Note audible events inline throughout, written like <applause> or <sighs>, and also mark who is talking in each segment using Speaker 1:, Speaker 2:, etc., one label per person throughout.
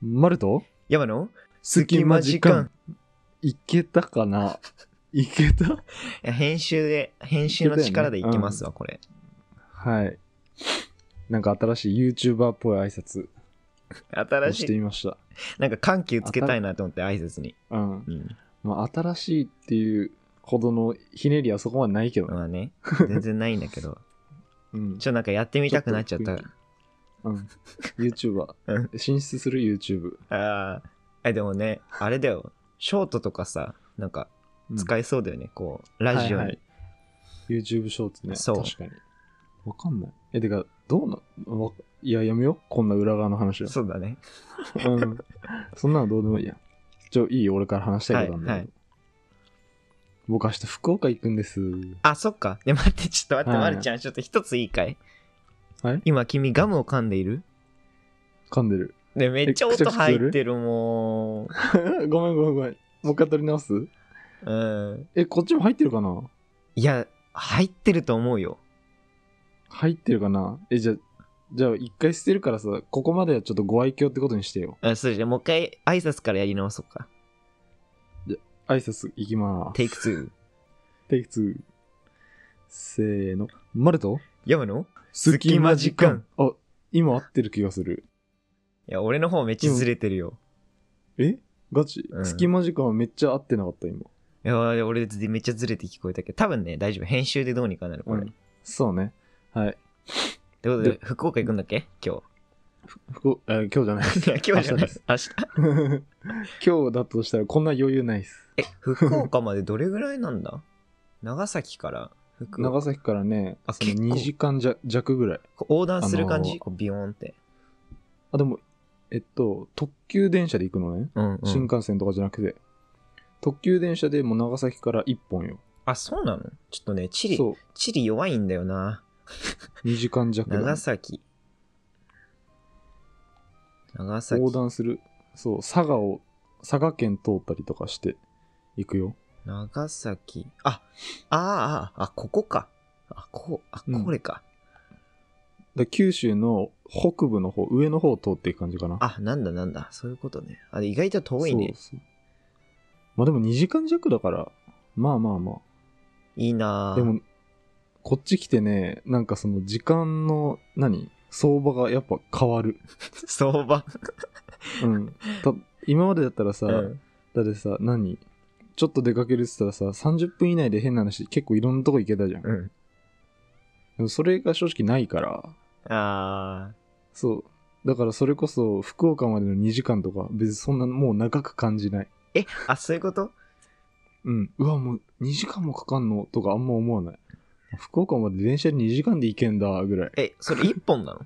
Speaker 1: マルト
Speaker 2: 山の
Speaker 1: 隙間時間。いけたかないけた
Speaker 2: いや編集で、編集の力でいけますわ、これ。
Speaker 1: はい。なんか新しい YouTuber っぽい挨拶を
Speaker 2: 新し
Speaker 1: して
Speaker 2: い。
Speaker 1: みました。
Speaker 2: なんか緩急つけたいなと思って、挨拶に。
Speaker 1: うん。
Speaker 2: うん。
Speaker 1: まあ、新しいっていうほどのひねりはそこまでないけどね。
Speaker 2: ま
Speaker 1: <laughs>
Speaker 2: あね、全然ないんだけど。
Speaker 1: うん
Speaker 2: ち。ょ、なんかやってみたくなっちゃっ
Speaker 1: ちょ
Speaker 2: た
Speaker 1: っ。うん。YouTuber
Speaker 2: <laughs> うん。
Speaker 1: 進出する YouTube。
Speaker 2: ああ。え、でもね、あれだよ。ショートとかさ、なんか
Speaker 1: うん
Speaker 2: 使えそうだよね。こう、ラジオに。
Speaker 1: はいはい YouTube ショーツね。
Speaker 2: そう
Speaker 1: 確かに。わかんない。え、てか、どうな、わいや、やめよう。こんな裏側の話は。
Speaker 2: そうだね。
Speaker 1: うん。そんなのどうでもいいや。ちょ、いいよ俺から話したいことなんだけど。
Speaker 2: はいはい
Speaker 1: 僕明日福岡行くんです。
Speaker 2: あ、そっか。で、待って、ちょっと待って、
Speaker 1: はい
Speaker 2: まるちゃん、ちょっと一ついいかい
Speaker 1: はい
Speaker 2: 今、君、ガムを噛んでいる
Speaker 1: 噛んでる。
Speaker 2: ね、めっちゃ
Speaker 1: え口
Speaker 2: 音
Speaker 1: が聞こえる
Speaker 2: 入ってる、も
Speaker 1: <laughs> ごめんごめんごめん。もう一回取り直す
Speaker 2: う。うん。
Speaker 1: え、こっちも入ってるかない
Speaker 2: や、入ってると思うよ。
Speaker 1: 入ってるかなえ、じゃあ、じゃあ一回捨てるからさ、ここまではちょっとご愛嬌ってことにしてよ。
Speaker 2: あそうじゃ、もう一回、挨拶からやり直そうか。
Speaker 1: 挨拶行きまーす。
Speaker 2: テイク2。
Speaker 1: テイク2。せーの。マルト
Speaker 2: 読むの
Speaker 1: 隙
Speaker 2: 隙
Speaker 1: 間
Speaker 2: 間
Speaker 1: 時
Speaker 2: 時
Speaker 1: 間
Speaker 2: 間。
Speaker 1: あ、今合ってる気がする。
Speaker 2: いや、俺の方めっちゃずれてるよ。
Speaker 1: えガチ、
Speaker 2: うん
Speaker 1: 隙間時間はめっちゃ合ってなかった、今。
Speaker 2: いや、俺めっちゃずれて聞こえたけど、多分ね、大丈夫。編集でどうにかなる、これ。
Speaker 1: う
Speaker 2: っ
Speaker 1: んそうね。はい。
Speaker 2: てことで
Speaker 1: で、
Speaker 2: 福岡行くんだっけ今
Speaker 1: ふこ、えー今日
Speaker 2: 日。い
Speaker 1: じゃない。
Speaker 2: や <laughs> 今日じゃない
Speaker 1: 明日で。<laughs>
Speaker 2: 明日。
Speaker 1: す。今日だとしたらこんな余裕ないっす。
Speaker 2: え、福岡までどれぐらいなんだ長崎から福岡。
Speaker 1: 長崎からね、
Speaker 2: あ
Speaker 1: その
Speaker 2: 結構
Speaker 1: 2時間じゃ弱ぐらい。
Speaker 2: こう横断する感
Speaker 1: あの
Speaker 2: じ
Speaker 1: ー
Speaker 2: こうビヨーンって。
Speaker 1: あ、でも、えっと、特急電車で行くのね。
Speaker 2: うん、う
Speaker 1: 新
Speaker 2: ん。
Speaker 1: 幹線とかじゃなくて。特急電車でもう長崎から1本よ。
Speaker 2: あ、そうなのちょっとね、チリ、
Speaker 1: そ
Speaker 2: チリ弱いんだよな。
Speaker 1: う。2時間弱だ、
Speaker 2: 長
Speaker 1: ね。
Speaker 2: 崎。長崎。
Speaker 1: 横断する。そう、佐賀を、佐賀県通ったりとかして行くよ。
Speaker 2: 長崎。あ、ああ、あ、ここか。あ、こう、あ
Speaker 1: う、ん
Speaker 2: これか。
Speaker 1: だ九州の北部の方、上の方を通っていく感じかな。
Speaker 2: あ、なんだなんだ。そういうことね。あ、意外と遠いね。
Speaker 1: そうそうまあでも2時間弱だから、まあまあま
Speaker 2: いいな
Speaker 1: あ。
Speaker 2: ぁ
Speaker 1: で、も、こっち来てね、なんかその時間の、何相場がやっぱ変わる。
Speaker 2: <laughs> 相場。 <laughs>
Speaker 1: うん。た今までだったらさ、
Speaker 2: うん
Speaker 1: だってさ、何ちょっと出かけるって言ったらさ、30分以内で変な話、結構いろんなとこ行けたじゃん。で
Speaker 2: うん。
Speaker 1: もそれが正直ないから、
Speaker 2: あ
Speaker 1: そう。だからそれこそ、福岡までの2時間とか、別にそんなもう長く感じない。
Speaker 2: ーえ、あ、そういうこと
Speaker 1: うん。うわ、もう2時間もかかんのとかあんま思わない。福岡まで電車で2時間で行けんだぐらい。
Speaker 2: え、それ一本なの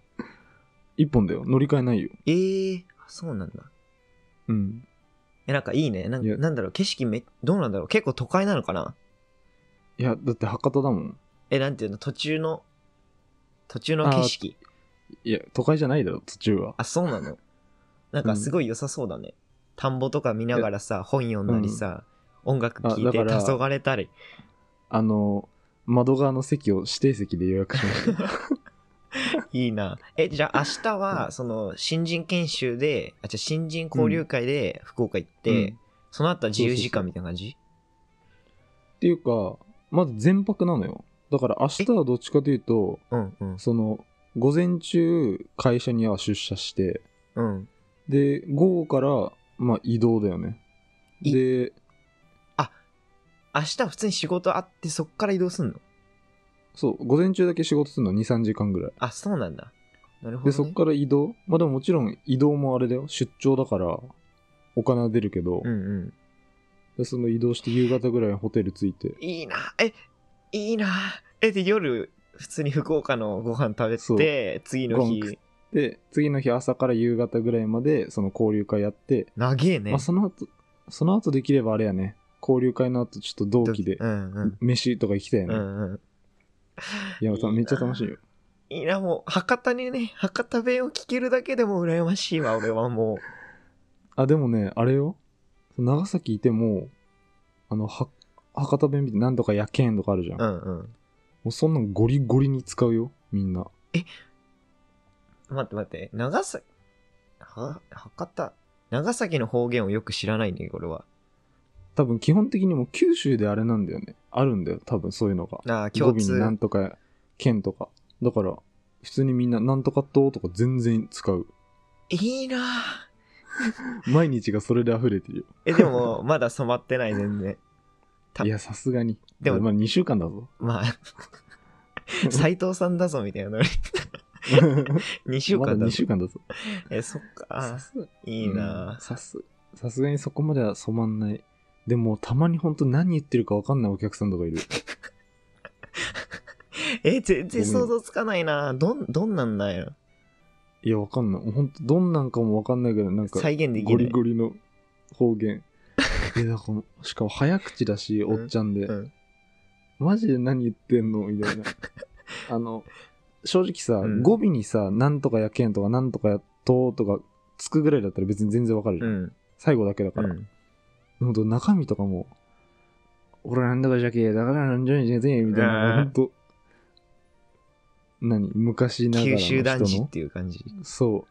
Speaker 1: 1本だよ。乗り換えないよ。
Speaker 2: えー、あそうなんだ。
Speaker 1: うん。
Speaker 2: え、なんかいいね。なん
Speaker 1: いや
Speaker 2: なんだろう、景色め、どうなんだろう。結構都会なのかない
Speaker 1: や、だって博多だもん。
Speaker 2: え、なんていうの、途中の、途中の景色。
Speaker 1: いや、都会じゃないだろ、途中は。
Speaker 2: あそうなの。なんかすごい良さそうだね。田んぼとか見ながらさ、本読んだりさ、音楽聴いて
Speaker 1: あだから
Speaker 2: 黄昏れたり。
Speaker 1: あの、窓側の席を指定席で予約しま
Speaker 2: <laughs>
Speaker 1: した。
Speaker 2: いいな。え、じゃあ明日は、その、新人研修で、あ、じゃあ新人交流会で福岡行って、
Speaker 1: うん
Speaker 2: その後は自由時間みたいな感じ
Speaker 1: っていうか、まず全泊なのよ。だから明日はどっちかというと、
Speaker 2: うんうん。
Speaker 1: その、午前中、会社には出社して、
Speaker 2: うん。
Speaker 1: で、午後から、まあ移動だよね。
Speaker 2: い
Speaker 1: で、
Speaker 2: 明日普通に仕事あって、そっから移動すんの
Speaker 1: そう、午前中だけ仕事するの2、3時間ぐらい。
Speaker 2: あ、そうなんだ。なるほど、
Speaker 1: で、
Speaker 2: ね。
Speaker 1: そっから移動まあでももちろん移動もあれだよ。出張だから、お金は出るけど、
Speaker 2: うんうん。
Speaker 1: でその移動して夕方ぐらいにホテル着いて、
Speaker 2: いいな。え、いいな。え、で、夜、普通に福岡のご飯
Speaker 1: そ
Speaker 2: 食
Speaker 1: う
Speaker 2: べて、次の
Speaker 1: ご飯
Speaker 2: 日。
Speaker 1: で、次の日朝から夕方ぐらいまで、その交流会やって、
Speaker 2: 長えね。
Speaker 1: まあその後、その後できればあれやね、交流会の後ちょっと同期で
Speaker 2: う、んうん。
Speaker 1: 飯とか行きたいよ
Speaker 2: う
Speaker 1: ね。
Speaker 2: んうん。
Speaker 1: いや、
Speaker 2: いいな
Speaker 1: めっちゃ楽しいよ。
Speaker 2: いいな、もう、博多にね、博多弁を聞けるだけでも羨ましいわ、俺はも
Speaker 1: あ、でもね、あれよ。長崎いても、あの、は博多弁みたいな、なんとかやけんとかあるじゃん。
Speaker 2: う。うんうん。
Speaker 1: もうそんなんゴリゴリに使うよ、みんな。
Speaker 2: 待って待って、長崎、は、博多、長崎の方言をよく知らないね、これは。
Speaker 1: 多分基本的にもう九州であれなんだよね。あるんだよ、多分そういうのが。
Speaker 2: ああ、
Speaker 1: 語尾
Speaker 2: 共
Speaker 1: に
Speaker 2: 通。
Speaker 1: なんとか、県とか。だから、普通にみんな、なんとかととか全然使う。
Speaker 2: いいなあ
Speaker 1: 毎日がそれで溢れてるよ。
Speaker 2: え、でも、 <laughs> まだ染まってない、全然。た
Speaker 1: いや、さすがに。で
Speaker 2: でも
Speaker 1: も、まあ2週間だぞ。
Speaker 2: ま
Speaker 1: <laughs>
Speaker 2: あ、斎藤さんだぞ、みたいなノ <laughs> リ。2週
Speaker 1: まだ
Speaker 2: 間だ
Speaker 1: 2
Speaker 2: ぞ。
Speaker 1: 週間だぞ。
Speaker 2: え、そっ
Speaker 1: さ
Speaker 2: か。
Speaker 1: す
Speaker 2: いいなあ
Speaker 1: さす、さすがにそこまでは染まんない。でも、たまにほんと何言ってるかわかんないお客さんとかいる。
Speaker 2: え、全然
Speaker 1: ごめん
Speaker 2: 想像つかないなあどん、どんなんだよ。
Speaker 1: いや、わかんない。ほんと、どんなんかもわかんないけど、なんか、
Speaker 2: 再現でき
Speaker 1: ゴ
Speaker 2: な
Speaker 1: リ
Speaker 2: い。
Speaker 1: ゴリの方
Speaker 2: <laughs>
Speaker 1: 言。いや、だから、しかも早口だし、おっちゃんで。
Speaker 2: うん
Speaker 1: マジで何言ってんのみたい
Speaker 2: <laughs>
Speaker 1: な。あの、正直さ、
Speaker 2: うん
Speaker 1: 語尾にさ、なんとかやけんとか、なんとかやととか、つくぐらいだったら別に全然わかるじ
Speaker 2: う
Speaker 1: ゃん。
Speaker 2: ん。
Speaker 1: 最後だけだか
Speaker 2: う
Speaker 1: ら。
Speaker 2: ん。
Speaker 1: ほんと、中身とかも、俺なんだかじゃけ、だからなんじゃねえぜ、みたい
Speaker 2: あ
Speaker 1: な、
Speaker 2: ー
Speaker 1: ほんと、何昔ながら
Speaker 2: 九
Speaker 1: の
Speaker 2: 州男児
Speaker 1: 人
Speaker 2: っ
Speaker 1: の。
Speaker 2: ていう感じ。
Speaker 1: そ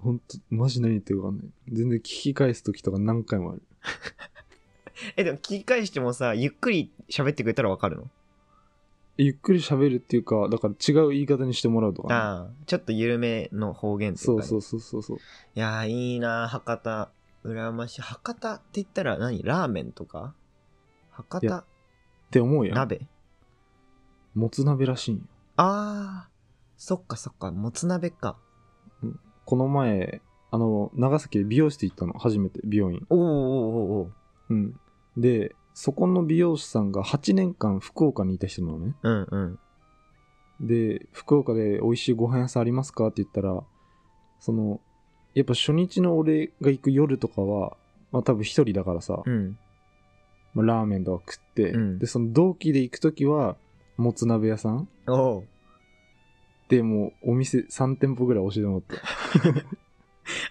Speaker 1: う。ほんと、マジ何言ってるかわかんない。全然聞き返すときとか何回もある。
Speaker 2: え、でも聞き返してもさ、ゆっくり喋ってくれたらわかるの
Speaker 1: ゆっくり喋るっていうか、だから違う言い方にしてもらうとかね、
Speaker 2: ああ、ちょっと緩めの方言とか、ね。
Speaker 1: そうそうそうそうそう。
Speaker 2: いやー、いいなー博多。羨ましい。博多って言ったら何ラーメンとか博
Speaker 1: いや
Speaker 2: 多
Speaker 1: って思うやん。
Speaker 2: 鍋
Speaker 1: もつ鍋らしいんよ。
Speaker 2: あー、そっかそっか、もつ鍋か。
Speaker 1: この前、あの、長崎で美容室行ったの、初めて、美容院。
Speaker 2: おーおーおーおー
Speaker 1: うん。で、そこの美容師さんが8年間福岡にいた人なのね。
Speaker 2: うんうん。
Speaker 1: で、福岡で美味しいご飯屋さんありますかって言ったら、その、やっぱ初日の俺が行く夜とかは、まあ多分一人だからさ、
Speaker 2: うん。
Speaker 1: まあ、ラーメンとか食って、
Speaker 2: うん
Speaker 1: で、その同期で行くときは、もつ鍋屋さん
Speaker 2: おー
Speaker 1: でもうお店3店舗ぐらい教えてもらった。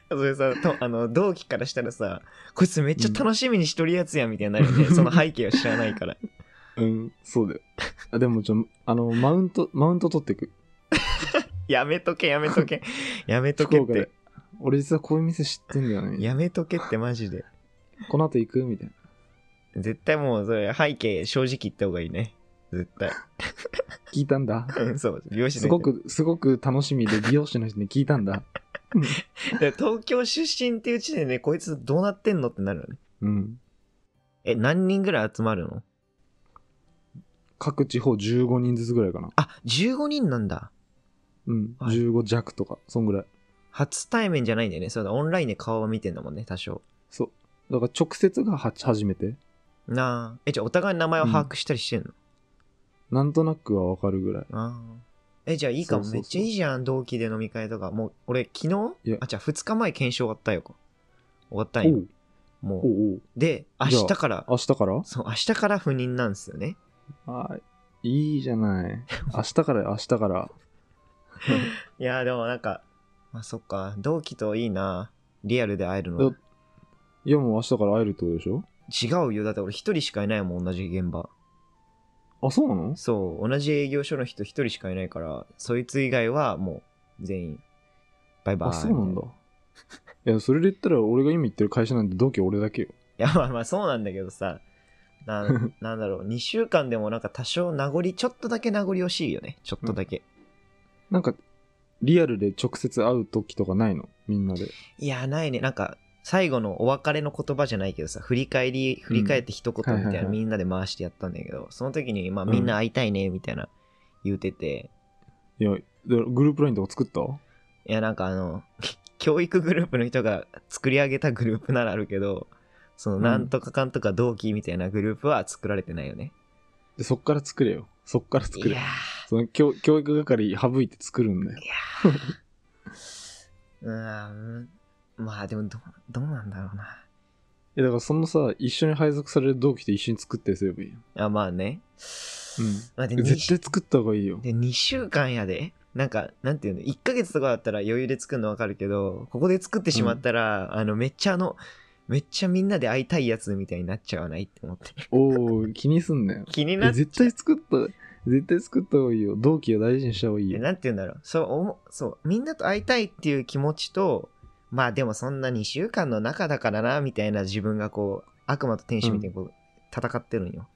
Speaker 2: それさ、とあの、同期からしたらさ、こいつめっちゃ楽しみにしとるやつやんみたいになるよね。
Speaker 1: <laughs> うん
Speaker 2: その背景を知らないから。
Speaker 1: うん、そうだよ。あでもちょ、あの、マウント、マウント取ってく。
Speaker 2: やめとけ、やめ
Speaker 1: <laughs>
Speaker 2: とけ。やめと
Speaker 1: 福
Speaker 2: けっ
Speaker 1: 岡で
Speaker 2: て。。
Speaker 1: 俺実はこういう店知ってんだよね。
Speaker 2: やめとけってマジで。
Speaker 1: この後行くみたいな。
Speaker 2: 絶対もうそれ背景正直言った方がいいね。絶対。 <laughs>
Speaker 1: 聞いたんだ。
Speaker 2: うんそう。美容師の
Speaker 1: すごく、すごく楽しみで美容師の人に聞いたんだ。
Speaker 2: で東京出身っていう時点でね、こいつどうなってんのってなるよね。
Speaker 1: うん。
Speaker 2: え、何人ぐらい集まるの
Speaker 1: 各地方15人ずつぐらいかな。
Speaker 2: あ、15人なんだ。
Speaker 1: うん。
Speaker 2: はい
Speaker 1: 15弱とか、そんぐらい。
Speaker 2: 初対面じゃないんだよね。そうだ、オンラインで顔を見てんだもんね、多少。
Speaker 1: そう。だから直接がは初めて。
Speaker 2: なあ。え、じゃあお互いの名前を把握したりしてんの、
Speaker 1: なんとなくはわかるぐらい。
Speaker 2: ああ。え、じゃあいいかも。
Speaker 1: そうそうそう
Speaker 2: めっちゃいいじゃん、同期で飲み会とか。もう、俺、昨
Speaker 1: い
Speaker 2: 日
Speaker 1: や
Speaker 2: あ、じゃあ2日前検証終わったよ。終わったん
Speaker 1: お
Speaker 2: よ。
Speaker 1: う
Speaker 2: も
Speaker 1: お
Speaker 2: う。
Speaker 1: うおう
Speaker 2: で、明日から、
Speaker 1: 明日から
Speaker 2: そう、明日から不妊なんですよね。
Speaker 1: あいいじゃ
Speaker 2: <laughs>
Speaker 1: ない。明日から、明日から。
Speaker 2: いやーでもなんか、まあそっか、同期といいな。リアルで会えるの。
Speaker 1: いやもう明日から会えるってことでしょ
Speaker 2: 違うよ。だって俺一人しかいないもん、同じ現場。
Speaker 1: あ、そうなの
Speaker 2: そう、同じ営業所の人一人しかいないから、そいつ以外はもう全員、バイバイ。
Speaker 1: あ、そうなんだ。いや、それで言ったら俺が今言ってる会社なんて同期俺だけよ。
Speaker 2: いや、まあまあそうなんだけどさ、な
Speaker 1: <laughs>
Speaker 2: なんだろう、2週間でもなんか多少名残、ちょっとだけ名残惜しいよね。ちょっとだけ。
Speaker 1: なんか、リアルで直接会う時とかないのみんなで。
Speaker 2: いや、ないね。なんか、最後のお別れの言葉じゃないけどさ、振り返り、振り返って一言みたい
Speaker 1: はいは、
Speaker 2: ない
Speaker 1: はい
Speaker 2: みんなで回してやったんだけど、その時に、まあ
Speaker 1: うん
Speaker 2: みんな会いたいね、みたいな言うてて、
Speaker 1: いや、でグループラインとか作った
Speaker 2: いや、なんかあの、 <laughs> 教育グループの人が作り上げたグループならあるけど、その、
Speaker 1: うん
Speaker 2: なんとかかんとか同期みたいなグループは作られてないよね。
Speaker 1: で、そっから作れよ。そっから作
Speaker 2: い
Speaker 1: れ
Speaker 2: や。
Speaker 1: その教教育係省いて作るんだよ。
Speaker 2: ー、うーん、まあでもど、どうなんだろうな。
Speaker 1: え、だからそのさ、一緒に配属される同期と一緒に作ってすればいいよ。
Speaker 2: あまあね。まあで
Speaker 1: うん。絶対作った方がいいよ。
Speaker 2: で、2週間やで。なんか、なんていうの、1ヶ月とかだったら余裕で作るのわかるけど、ここで作ってしまったら、あの、めっちゃあの、めっちゃみんなで会いたいやつみたいになっちゃわないって思って。 <laughs>
Speaker 1: おー、気にすんなよ。
Speaker 2: 気にな
Speaker 1: え
Speaker 2: っ
Speaker 1: 絶対作った、絶対作った方がいいよ。同期を大事にした方がいい
Speaker 2: え
Speaker 1: よ。
Speaker 2: なんて言うんだろう。そう、おもそう、みんなと会いたいっていう気持ちと、まあでもそんな2週間の中だからな、みたいな自分がこう、悪魔と天使みたいにこう、戦ってるんよ。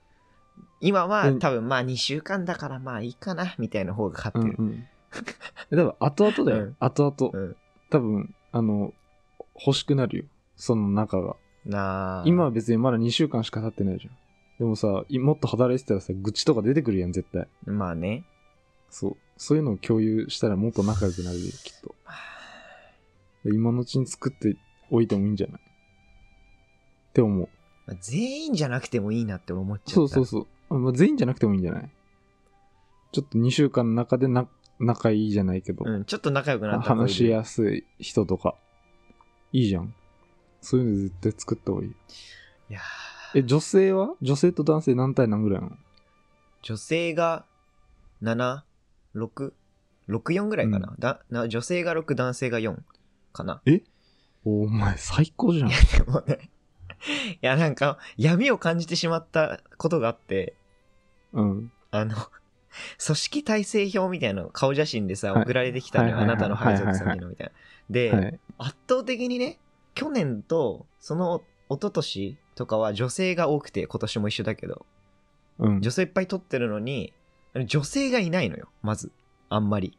Speaker 2: 今は
Speaker 1: うん
Speaker 2: 多分まあ2週間だからまあいいかな、みたいな方が勝
Speaker 1: う
Speaker 2: っ
Speaker 1: ん
Speaker 2: てる。
Speaker 1: うん。多分後々だよ。
Speaker 2: うん
Speaker 1: 後々。
Speaker 2: うん
Speaker 1: 多分、あの、欲しくなるよ。その中が。
Speaker 2: なあ。
Speaker 1: 今は別にまだ2週間しか経ってないじゃん。でもさ、いもっと働いてたらさ、愚痴とか出てくるやん、絶対。
Speaker 2: まあね。
Speaker 1: そう。そういうのを共有したらもっと仲良くなるよ、きっ
Speaker 2: <sighs>
Speaker 1: と。で今のうちに作っておいてもいいんじゃないって思う。
Speaker 2: まあ全員じゃなくてもいいなって思っちゃった。
Speaker 1: そうそうそう。まあ、全員じゃなくてもいいんじゃないちょっと2週間の中でな仲いいじゃないけど、
Speaker 2: うん、ちょっと仲良くなった子いる
Speaker 1: 話しやすい人とか。いいじゃん。そういうの絶対作った方がいい。
Speaker 2: いやー
Speaker 1: え、女性は女性と男性何対何ぐらいなの
Speaker 2: 女性が7、6、64ぐらいかな,、だな。女性が6、男性が4かな。 <laughs>
Speaker 1: お前最高じゃん。
Speaker 2: でもね、いやなんか闇を感じてしまったことがあって、
Speaker 1: うん。
Speaker 2: あの、組織体制表みたいなの顔写真でさ、
Speaker 1: はい
Speaker 2: 送られてきたのよ。
Speaker 1: は
Speaker 2: あ
Speaker 1: いはいはい
Speaker 2: なたの配属先のみたいな。で、
Speaker 1: はい。
Speaker 2: 圧倒的にね、去年とその一昨年とかは女性が多くて、今年も一緒だけど、
Speaker 1: うん。
Speaker 2: 女性いっぱい撮ってるのに、女性がいないのよ、まず。あんまり。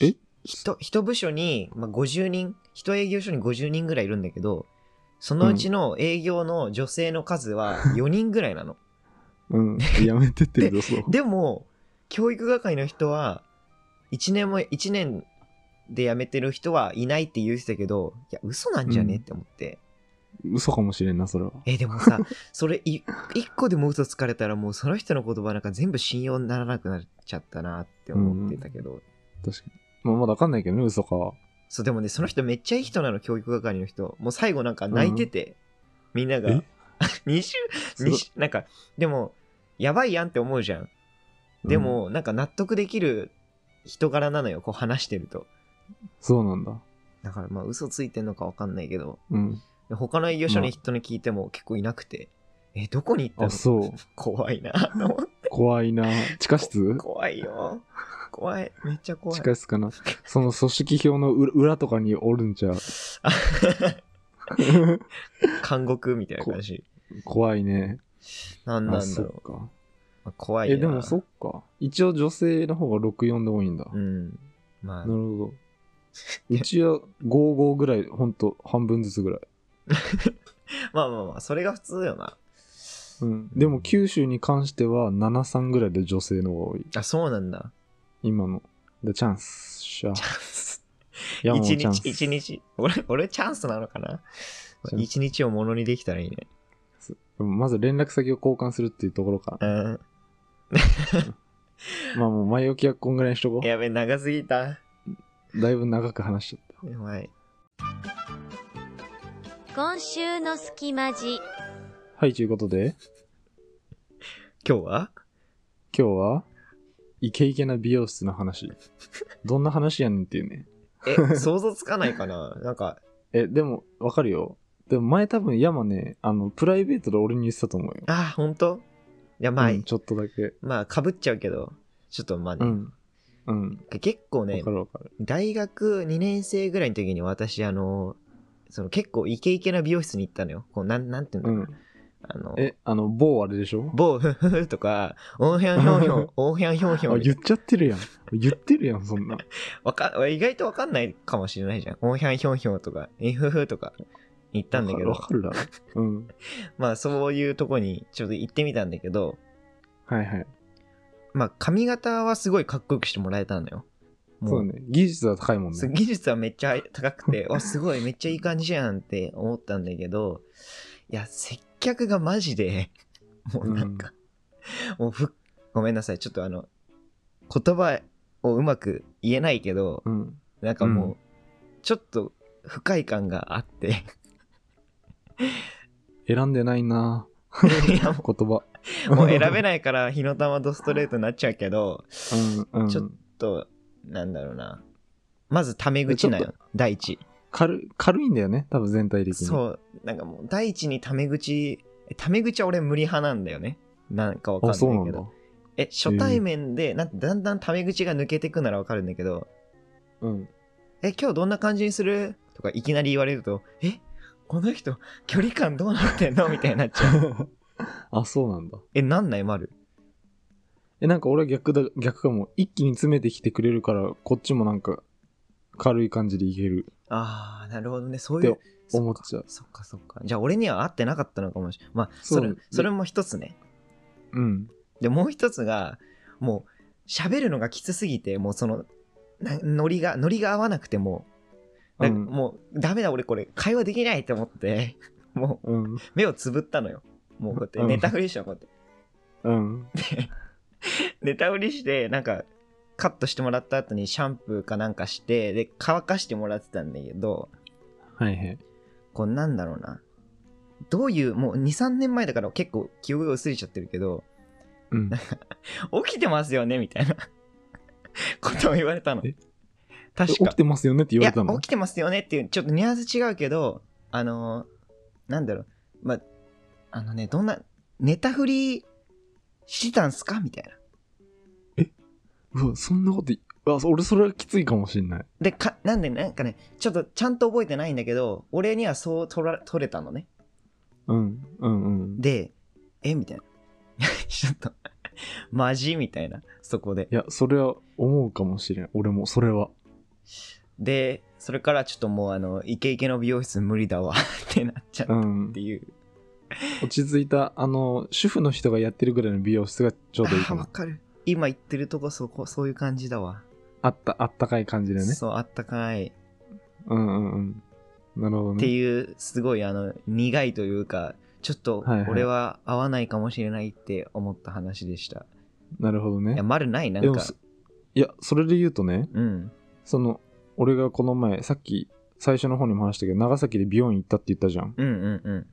Speaker 1: え
Speaker 2: 人、一部署に、まあ、50人、一営業所に50人ぐらいいるんだけど、そのうちの営業の女性の数 <laughs> は4人ぐらいなの。
Speaker 1: うん。やめてってるぞ、そう。
Speaker 2: でも、教育係の人は、1年も、一年で辞めてる人はいないって言うてたけど、いや、嘘なんじゃねって思って。
Speaker 1: 嘘かもしれんな、それは。
Speaker 2: え、でもさ、 <laughs> それい、一個でも嘘つかれたらもうその人の言葉なんか全部信用ならなくなっちゃったなって思ってたけど、
Speaker 1: 確かに。まあ、まだわかんないけどね、嘘かは。
Speaker 2: そう、でもね、その人めっちゃいい人なの、教育係の人。もう最後なんか泣いてて、みんなが
Speaker 1: え、
Speaker 2: 2週、
Speaker 1: すごい
Speaker 2: <laughs> 二週なんか、でも、やばいやんって思うじゃん。で、
Speaker 1: うん
Speaker 2: も、なんか納得できる人柄なのよ、こう話してると。
Speaker 1: そうなんだ。
Speaker 2: だからまあ、嘘ついてんのかわかんないけど、
Speaker 1: うん。
Speaker 2: で他の営業所の人に聞いても結構いなくて、え、どこに行ったの
Speaker 1: あ、そう。
Speaker 2: 怖いなと思って。
Speaker 1: 怖いな。地下室
Speaker 2: <laughs> 怖いよ。怖い。めっちゃ怖い
Speaker 1: 地。下室かな。その組織票の裏裏とかにおるん
Speaker 2: <laughs>
Speaker 1: ちゃう。
Speaker 2: 監獄みたいな感じ。
Speaker 1: 怖いね。
Speaker 2: なんな
Speaker 1: あ、
Speaker 2: んだ
Speaker 1: そ
Speaker 2: ろ
Speaker 1: っ
Speaker 2: う。
Speaker 1: か。
Speaker 2: まあ怖いな。
Speaker 1: え、でもそっか。一応女性の方が64で多いんだ。
Speaker 2: うん。ま
Speaker 1: な、
Speaker 2: あ
Speaker 1: るほど。うちは55ぐらい、ほんと、半分ずつぐらい。
Speaker 2: まあまあまあ、それが普通よな。
Speaker 1: うん。でも九州に関しては73ぐらいで女性の方が多い。
Speaker 2: あ、そうなんだ。
Speaker 1: 今の。で、チャンス。しゃ。いやもう
Speaker 2: 一
Speaker 1: チャン
Speaker 2: 日、
Speaker 1: ス。
Speaker 2: 一日。俺、俺チャンスなのかな
Speaker 1: チャンス
Speaker 2: 一日をものにできたらいいね。
Speaker 1: まず連絡先を交換するっていうところから。
Speaker 2: うん。
Speaker 1: まあもう前置きはこんぐらいにしとこ
Speaker 2: やべ、長すぎた。
Speaker 1: う。だいぶ長く話しちゃった。
Speaker 2: やばい。
Speaker 3: 今週の隙間時
Speaker 1: はい、ということで、
Speaker 2: 今
Speaker 1: <laughs>
Speaker 2: 日は
Speaker 1: 今日は、イケイケな美容室の話。どんな話やねんっていうね。
Speaker 2: え、想像つかないかななんか、
Speaker 1: え、でも、わかるよ。でも前多分山ね、あの、プライベートで俺に言ってたと思うよ。
Speaker 2: あ、ほんといや、まあ、
Speaker 1: うんちょっとだけ。
Speaker 2: まあ、かぶっちゃうけど、ちょっとまあ
Speaker 1: う
Speaker 2: ね。
Speaker 1: ん。うん。
Speaker 2: 結構
Speaker 1: わ
Speaker 2: ね
Speaker 1: か、るわかる。
Speaker 2: 大学2年生ぐらいの時に私、あの、その結構イケイケな美容室に行ったのよ。こう、なん、なんていう
Speaker 1: う
Speaker 2: の、
Speaker 1: ん。
Speaker 2: あの、
Speaker 1: え、あの、某あれでしょ
Speaker 2: 某ふふふとか、おんひょんひょんひょ
Speaker 1: <laughs>
Speaker 2: ん、おんひょんひょんひょ
Speaker 1: あ、
Speaker 2: んみた
Speaker 1: 言
Speaker 2: い
Speaker 1: っちゃってるやん。言ってるやん、そんな。
Speaker 2: な。わか、意外とわかんないかもしれないじゃん。おんひょんひょんひょんとか、えふふとか言ったんだけど
Speaker 1: わ、かるわかるだろ。うん。
Speaker 2: まあそういうとこにちょっと行ってみたんだけど、
Speaker 1: はいはい。
Speaker 2: まあ髪型はすごいかっこよくしてもらえたのよ。
Speaker 1: そうね。技術は高いもん
Speaker 2: す
Speaker 1: ね。
Speaker 2: 技術はめっちゃ高く <laughs> て、わ、すごい、めっちゃいい感じやんって思ったんだけど、いや、接客がマジで、もうなんか、もうふっ、ごめんなさい、ちょっとあの、言葉をうまく言えないけど、
Speaker 1: うん。
Speaker 2: なんかもう、
Speaker 1: う
Speaker 2: ちょっと不快感があって、 <laughs>
Speaker 1: 選んでないない
Speaker 2: や
Speaker 1: ぁ言葉。
Speaker 2: もう選べないから、火の玉とストレートになっちゃうけど、
Speaker 1: うんうん。
Speaker 2: ちょっと、なんだろうな。まず、タメ口な
Speaker 1: ちょ
Speaker 2: よ、第一。
Speaker 1: 軽軽いんだよね、多分全体的に。
Speaker 2: そう、なんかもう、第一にタメ口、えタメ口は俺無理派なんだよね。なんかわかん
Speaker 1: あ、そう
Speaker 2: ない
Speaker 1: な
Speaker 2: け
Speaker 1: んだ
Speaker 2: ど。。え、初対面で、なんだんだんタメ口が抜けてくならわかるんだけど、
Speaker 1: うん。 <laughs>
Speaker 2: え、今日どんな感じにするとかいきなり言われると、え、この人、距離感どうなってんのみたいになっちゃう。 <laughs>
Speaker 1: あ、そうなんだ。
Speaker 2: え、なんない、丸。
Speaker 1: え、なんか俺は逆だ、逆かも。一気に詰めてきてくれるから、こっちもなんか、軽い感じでいける。
Speaker 2: ああ、なるほどね。そういう
Speaker 1: って。思っちゃう
Speaker 2: そかそっかそっか。じゃあ、俺には合ってなかったのかもしれない。まあ、それ
Speaker 1: そう、
Speaker 2: それも一つね。
Speaker 1: うん。
Speaker 2: で、もう一つが、もう、喋るのがきつすぎて、もうその、なノリが、ノリが合わなくてもう、
Speaker 1: う
Speaker 2: なん
Speaker 1: ん。
Speaker 2: もう、ダメだ、俺これ、会話できないって思って、 <laughs> もう、
Speaker 1: うん。
Speaker 2: 目をつぶったのよ。もう、こうやって、
Speaker 1: うん
Speaker 2: 寝たふりしたの、こうやって。
Speaker 1: うん。
Speaker 2: ネタ売りして、なんか、カットしてもらった後にシャンプーかなんかして、で、乾かしてもらってたんだけど、
Speaker 1: はいはい。
Speaker 2: こう、なんだろうな。どういう、もう2、3年前だから結構記憶が薄れちゃってるけど、
Speaker 1: うん。
Speaker 2: 起きてますよねみたいな <laughs> ことを言われたの
Speaker 1: え。え
Speaker 2: 確
Speaker 1: 起
Speaker 2: か
Speaker 1: き。てますよねって言われた
Speaker 2: いや
Speaker 1: の
Speaker 2: 起きてますよねっていう、ちょっとニュアンス違うけど、あのーなんだろう、まあ、あのね、どんな、ネタ振りしてたんすかみたいな。
Speaker 1: うわ、そんなことい、あ、俺それはきついかもしんない。
Speaker 2: で、か、なんで、なんかね、ちょっとちゃんと覚えてないんだけど、俺にはそう取ら、取れたのね。
Speaker 1: うん。うんうん。
Speaker 2: で、えみたいな。 <laughs> ちょっと、マジみたいな、そこで
Speaker 1: い。や、それは思うかもしれん。俺も、それは。
Speaker 2: で、それからちょっともう、あの、イケイケの美容室無理だわ <laughs> ってなっちゃ
Speaker 1: う
Speaker 2: うっ
Speaker 1: ん
Speaker 2: て。いう。
Speaker 1: 落ち着いた、あの、主婦の人がやってるぐらいの美容室がちょうどいい
Speaker 2: あ
Speaker 1: か
Speaker 2: あ、わ
Speaker 1: な。
Speaker 2: かる。今言ってるとこ、そこ、そういう感じだわ。
Speaker 1: あった、あったかい感じでね。
Speaker 2: そう、あったかい。
Speaker 1: うんうんうん。なるほど
Speaker 2: って
Speaker 1: ね。
Speaker 2: いう、すごい、あの、苦いというか、ちょっと
Speaker 1: はいは、い
Speaker 2: 俺は合わないかもしれないって思った話でした。
Speaker 1: なるほど
Speaker 2: い
Speaker 1: ね
Speaker 2: や、。丸ない、な
Speaker 1: で
Speaker 2: ん
Speaker 1: も
Speaker 2: か
Speaker 1: そ。いや、それで言うとね、
Speaker 2: うん。
Speaker 1: その、俺がこの前、さっき、最初の方にも話したけど、長崎で美容院行ったって言ったじゃん。
Speaker 2: うんうんうん。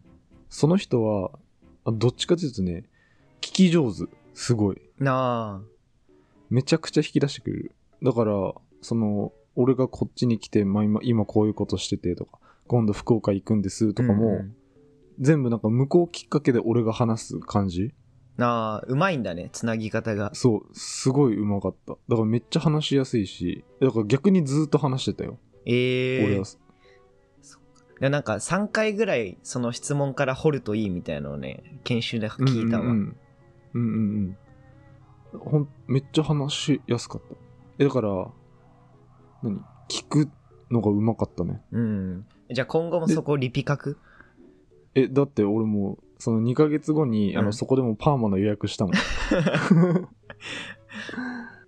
Speaker 1: その人は、あどっちかというとね、聞き上手。すごい。
Speaker 2: なあ。
Speaker 1: めちゃくちゃ引き出してくれる。だから、その、俺がこっちに来て、まあ、今、今こういうことしててとか、今度福岡行くんですとかも、
Speaker 2: うんうん
Speaker 1: 全部なんか向こうきっかけで俺が話す感じ
Speaker 2: ああうまいんだねつなぎ方が
Speaker 1: そう、すごいうまかった。だからめっちゃ話しやすいし、だから逆にずーっと話してたよ。
Speaker 2: ええ
Speaker 1: 俺は。
Speaker 2: でなんか3回ぐらいその質問から掘るといいみたいなのをね研修で聞いたわ、
Speaker 1: うんうんうん。うんうんうんほんめっちゃ話しやすかった。え、だから、何聞くのがうまかったね。
Speaker 2: うんじゃあ今後もそこをリピ確
Speaker 1: え、だって俺もう、その2ヶ月後に、
Speaker 2: うん
Speaker 1: あの、そこでもパーマの予約したもん。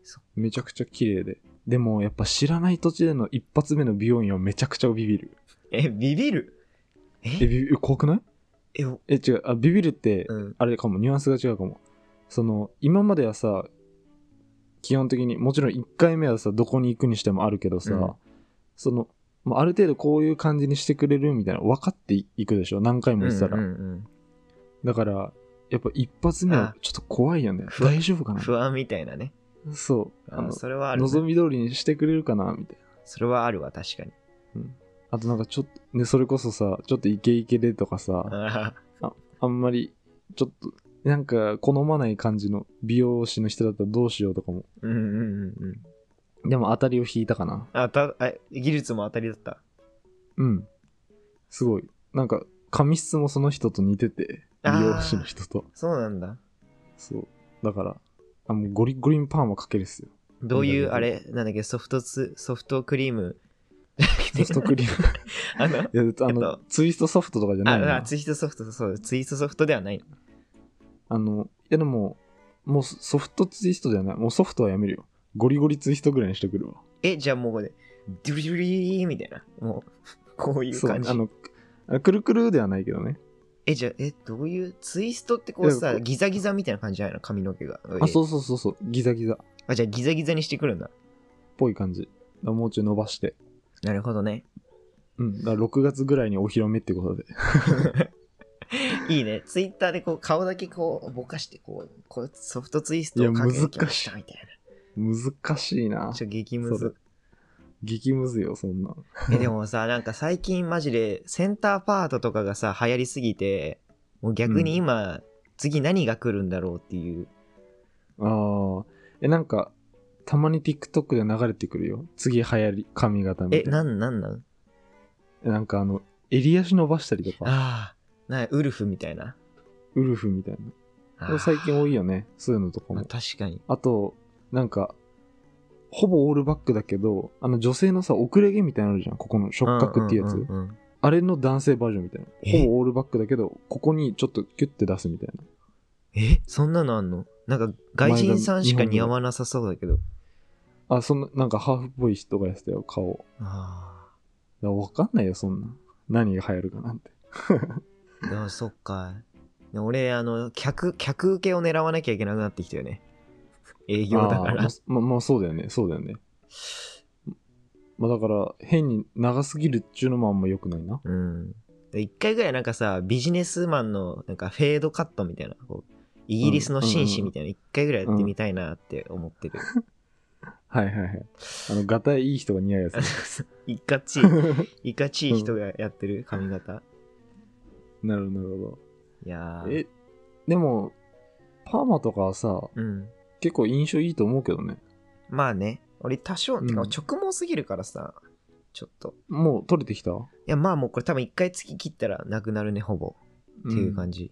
Speaker 2: そ
Speaker 1: めちゃくちゃ綺麗で。でも、やっぱ知らない土地での一発目の美容院はめちゃくちゃビビる。
Speaker 2: <laughs> えビビる
Speaker 1: え、
Speaker 2: え
Speaker 1: ビビえ怖くない
Speaker 2: えお
Speaker 1: え、違う。あ、ビビるって、
Speaker 2: うん
Speaker 1: あれかも、ニュアンスが違うかも。その、今まではさ、基本的に、もちろん1回目はさ、どこに行くにしてもあるけどさ、
Speaker 2: うん
Speaker 1: その、まあある程度こういう感じにしてくれるみたいな、分かっていくでしょ何回も言ってたら。
Speaker 2: うんうん
Speaker 1: だから、やっぱ一発目はちょっと怖いよね。
Speaker 2: 不安
Speaker 1: 大丈夫か
Speaker 2: うん、
Speaker 1: な
Speaker 2: 不安みたいなね
Speaker 1: そう。
Speaker 2: あ
Speaker 1: あの
Speaker 2: それはある、ね、
Speaker 1: 望み通りにしてくれるかなみたいな。
Speaker 2: それはあるわ確かに
Speaker 1: あとなんかちょっと、ね、それこそさ、ちょっとイケイケでとか
Speaker 2: <laughs>
Speaker 1: さ、
Speaker 2: あ
Speaker 1: あんまり、ちょっと、なんか好まない感じの美容師の人だったらどうしようとかも。
Speaker 2: ーうんうんうんうん
Speaker 1: でも当たりを引いたかな。
Speaker 2: あたあ技術も当たりだった
Speaker 1: うん。すごい。なんか、髪質もその人と似てて、
Speaker 2: あー
Speaker 1: 美容師の人と。
Speaker 2: そうなんだ
Speaker 1: そう。だから、あもうゴリゴリにパーマかけるっ
Speaker 2: <laughs>
Speaker 1: すよ。
Speaker 2: どういう
Speaker 1: あ
Speaker 2: あ
Speaker 1: り
Speaker 2: れなんだっけソフトツソフトクリーム
Speaker 1: ソフトクリーム。
Speaker 2: <laughs> あの
Speaker 1: いや、あの、
Speaker 2: えっと
Speaker 1: ツイストソフトとかじゃない
Speaker 2: あ
Speaker 1: な
Speaker 2: あ、。ツイストソフト、そう、ツイストソフトではない。
Speaker 1: あの、いやでも、もうソソフトツイストじゃない。もうソフトはやめるよ。ゴリゴリツイストぐらいにしてくるわ。
Speaker 2: え、じゃあもうこれ、ドゥルドゥルーみたいな。もう、 <laughs> こういう
Speaker 1: そう、あ
Speaker 2: 感じ。
Speaker 1: の、あくるくるではないけどね。
Speaker 2: え、じゃあ、え、どういう、ツイストってこう
Speaker 1: い
Speaker 2: さ、
Speaker 1: や
Speaker 2: ギザギザみたいな感じじゃないの髪の毛が。。
Speaker 1: あ、そううそうそうそう。ギザギザっ
Speaker 2: あ、じゃあギザギザにしてくるんだ。
Speaker 1: ぽい感じ。だからもうちょい伸ばして。
Speaker 2: なるほどね。
Speaker 1: うん。だから6月ぐらいにお披露目ってことで。
Speaker 2: いいね。ツイッターでこう、顔だけこう、ぼかして、こう、こうソフトツイストを
Speaker 1: いや
Speaker 2: かけてきま
Speaker 1: 難
Speaker 2: し
Speaker 1: した
Speaker 2: みたい
Speaker 1: 難しいな
Speaker 2: な。ち。ょ、激ム
Speaker 1: それ <laughs>
Speaker 2: ズ。
Speaker 1: 激ムズよ、そんな。
Speaker 2: え、でもさ、なんか最近マジで、センターパートとかがさ、流行りすぎて、もう逆に今、次何が来るんだろうっていう。
Speaker 1: あー。え、なんか、たまに TikTok で流れてくるよ。次流行り、髪型みた
Speaker 2: え、
Speaker 1: いな。
Speaker 2: なんなんなん
Speaker 1: なんかあの、襟足伸ばしたりとか、
Speaker 2: ああ、な、ウルフみたいな。
Speaker 1: ウルフみたい
Speaker 2: あ
Speaker 1: な。
Speaker 2: ー
Speaker 1: 最近多いよね。そういうのとか
Speaker 2: まあ
Speaker 1: も。
Speaker 2: 確かに。
Speaker 1: あと、なんか、ほぼオールバックだけど、あの女性のさ、遅れ毛みたいなのあるじゃん。ここの触覚っていうや
Speaker 2: ん
Speaker 1: つ
Speaker 2: ん。うんうん
Speaker 1: あれの男性バージョンみたいな。
Speaker 2: え
Speaker 1: ほぼオールバックだけど、ここにちょっとキュッて出すみたいな。
Speaker 2: え、そんなのあんのなんか外人さんしか似合わなさそうだけど。
Speaker 1: あ、その、なんかハーフっぽい人がやってたよ、顔。だか
Speaker 2: あ
Speaker 1: らわかんないよ、そんな。何が流行るかなんて。
Speaker 2: あ、でもそっか。で俺、あの、客、客受けを狙わなきゃいけなくなってきたよね。営業だか
Speaker 1: あー
Speaker 2: ら。
Speaker 1: まあ、まあそうだよね、そうだよね。まあだから、変に長すぎるっちゅうのもあんま良くないな。
Speaker 2: うん。で一回ぐらいなんかさ、ビジネスマンのなんかフェードカットみたいな、こうイギリスの紳士みたいな、一回ぐらいやってみたいなって思ってる。
Speaker 1: はいはいはい。あの、ガタイいい人が似合うやつね。
Speaker 2: <laughs>
Speaker 1: <laughs>
Speaker 2: いかちい、いかちい人がやってる髪型。
Speaker 1: なるほど、なるほ
Speaker 2: いや
Speaker 1: ど。
Speaker 2: ー。
Speaker 1: え、でも、パーマとかはさ、
Speaker 2: うん。
Speaker 1: 結構印象いいと思うけどね。
Speaker 2: まあね、俺多少、
Speaker 1: うん
Speaker 2: てか直毛すぎるからさ、ちょっと。
Speaker 1: もう取れてきたっ
Speaker 2: いや、まあもうこれ多分一回突き切ったらなくなるね、ほぼ。っていう感
Speaker 1: じ。
Speaker 2: じ。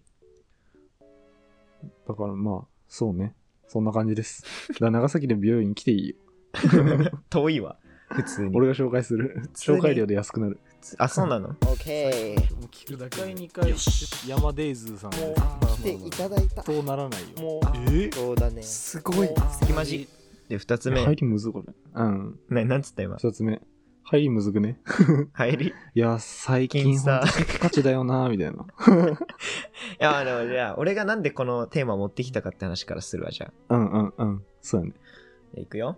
Speaker 1: だからまあ、そうね。そんな感じです。だから長崎で美容院来ていいよ。
Speaker 2: <laughs> 遠いわ、普通に。
Speaker 1: 俺が紹介す
Speaker 2: <laughs>
Speaker 1: る。
Speaker 2: 通に
Speaker 1: 紹介料で安くなる。
Speaker 2: あ、そうなの
Speaker 4: OK
Speaker 1: もう聞くだけ。1回、2回、山デイズさん
Speaker 4: もう来ていただいた
Speaker 1: とならないよ。
Speaker 4: もう
Speaker 1: え
Speaker 4: そうだね
Speaker 1: すごい。
Speaker 2: 隙間じ。で、二つ目。
Speaker 1: 入りむずこれ。うん。
Speaker 2: ななんつった今。
Speaker 1: 二つ目。入りむずくね。
Speaker 2: 入り
Speaker 1: いや、最近
Speaker 2: 金
Speaker 1: ほん
Speaker 2: さ <laughs>
Speaker 1: と。せっかちだよな、みたいな。
Speaker 2: いや、あの、じゃあ、俺がなんでこのテーマを持ってきたかって話からするわ、じゃあ。
Speaker 1: うんうんうん。そうだね。
Speaker 2: じゃあいくよ。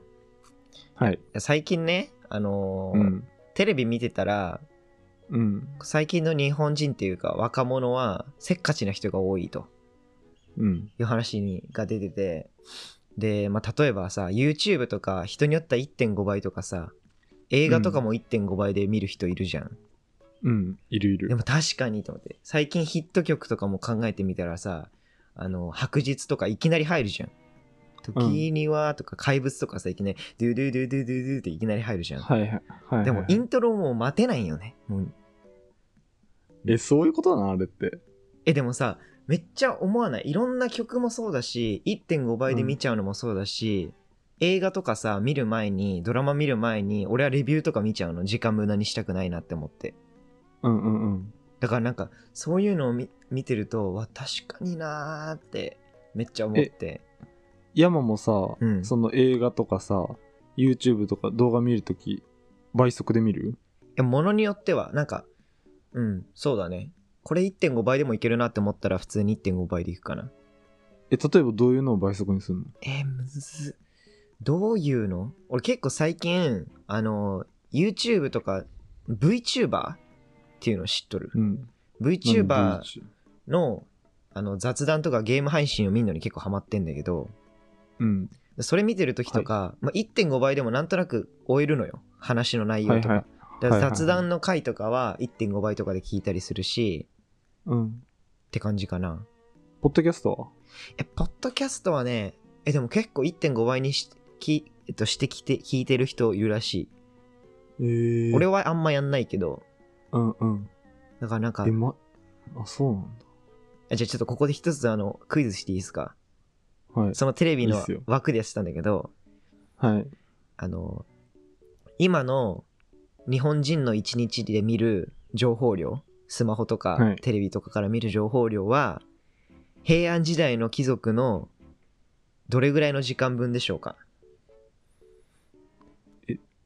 Speaker 1: はい。
Speaker 2: 最近ね、あの
Speaker 1: う
Speaker 2: ー
Speaker 1: ん。
Speaker 2: テレビ見てたら、
Speaker 1: うん。
Speaker 2: 最近の日本人っていうか若者はせっかちな人が多いと
Speaker 1: うん。
Speaker 2: いう話にが出てて、で、まあ、例えばさ、YouTube とか人によっては1.5倍とかさ、映画とかも1.5倍で見る人いるじゃん。
Speaker 1: うん。いるいる。
Speaker 2: でも確かにと思って、最近ヒット曲とかも考えてみたらさ、あの、白日とかいきなり入るじゃん。時にはとか怪物とかさ、いきなり、ドゥドゥドゥドゥドゥドゥっていきなり入るじゃん。
Speaker 1: はいはいはいはい。
Speaker 2: でもイントロも待てないよね。もう
Speaker 1: え、そういうことなのあれって。
Speaker 2: え、でもさ、めっちゃ思わない。いろんな曲もそうだし、1.5倍で見ちゃうのもそうだし、映画とかさ、見る前に、ドラマ見る前に、俺はレビューとか見ちゃうの、時間無駄にしたくないなって思って。
Speaker 1: うんうんうん。
Speaker 2: だからなんか、そういうのを見見てると、わ、確かになーって、めっちゃ思って。
Speaker 1: 山もさ
Speaker 2: う、ん
Speaker 1: その映画とかさ、YouTube とか動画見るとき、倍速で見る
Speaker 2: いや、ものによっては、なんか、うん、そうだね。これ1.5倍でもいけるなって思ったら、普通に1.5倍でいくかな。
Speaker 1: え、例えばどういうのを倍速にするの
Speaker 2: えーむずっどういうの俺結構最近、あの、YouTube とか VTuber っていうの知っとる。
Speaker 1: うん。
Speaker 2: VTuber
Speaker 1: 何 VTuber
Speaker 2: のあの雑談とかゲーム配信を見るのに結構ハマってんだけど、
Speaker 1: うん。
Speaker 2: それ見てる時とか、まあ、1.5倍でもなんとなく終えるのよ。話の内容とか。
Speaker 1: はいはい
Speaker 2: だから
Speaker 1: はいはいはい
Speaker 2: 雑談の回とかは1.5倍とかで聞いたりするし、
Speaker 1: うん。
Speaker 2: って感じかな。
Speaker 1: ポッドキャストは
Speaker 2: え、ポッドキャストはね、え、でも結構1.5倍にし、き、えっと、してきて、聞いてる人いるらし
Speaker 1: え
Speaker 2: い。
Speaker 1: ー
Speaker 2: 俺はあんまやんないけど、
Speaker 1: うんうん。
Speaker 2: だからなんか
Speaker 1: え、、ま、あ、そうなん
Speaker 2: あじゃあちょっとここで一つあの、クイズしていいですか
Speaker 1: だ。はい。
Speaker 2: そのテレビ
Speaker 1: いい
Speaker 2: の
Speaker 1: っすよ
Speaker 2: 枠でやってたんだけど、
Speaker 1: はい。
Speaker 2: あの、今の日本人の一日で見る情報量、スマホと
Speaker 1: は
Speaker 2: か
Speaker 1: い
Speaker 2: テレビとかから見る情報量は、平安時代の貴族のどれぐらいの時間分でしょうか <laughs>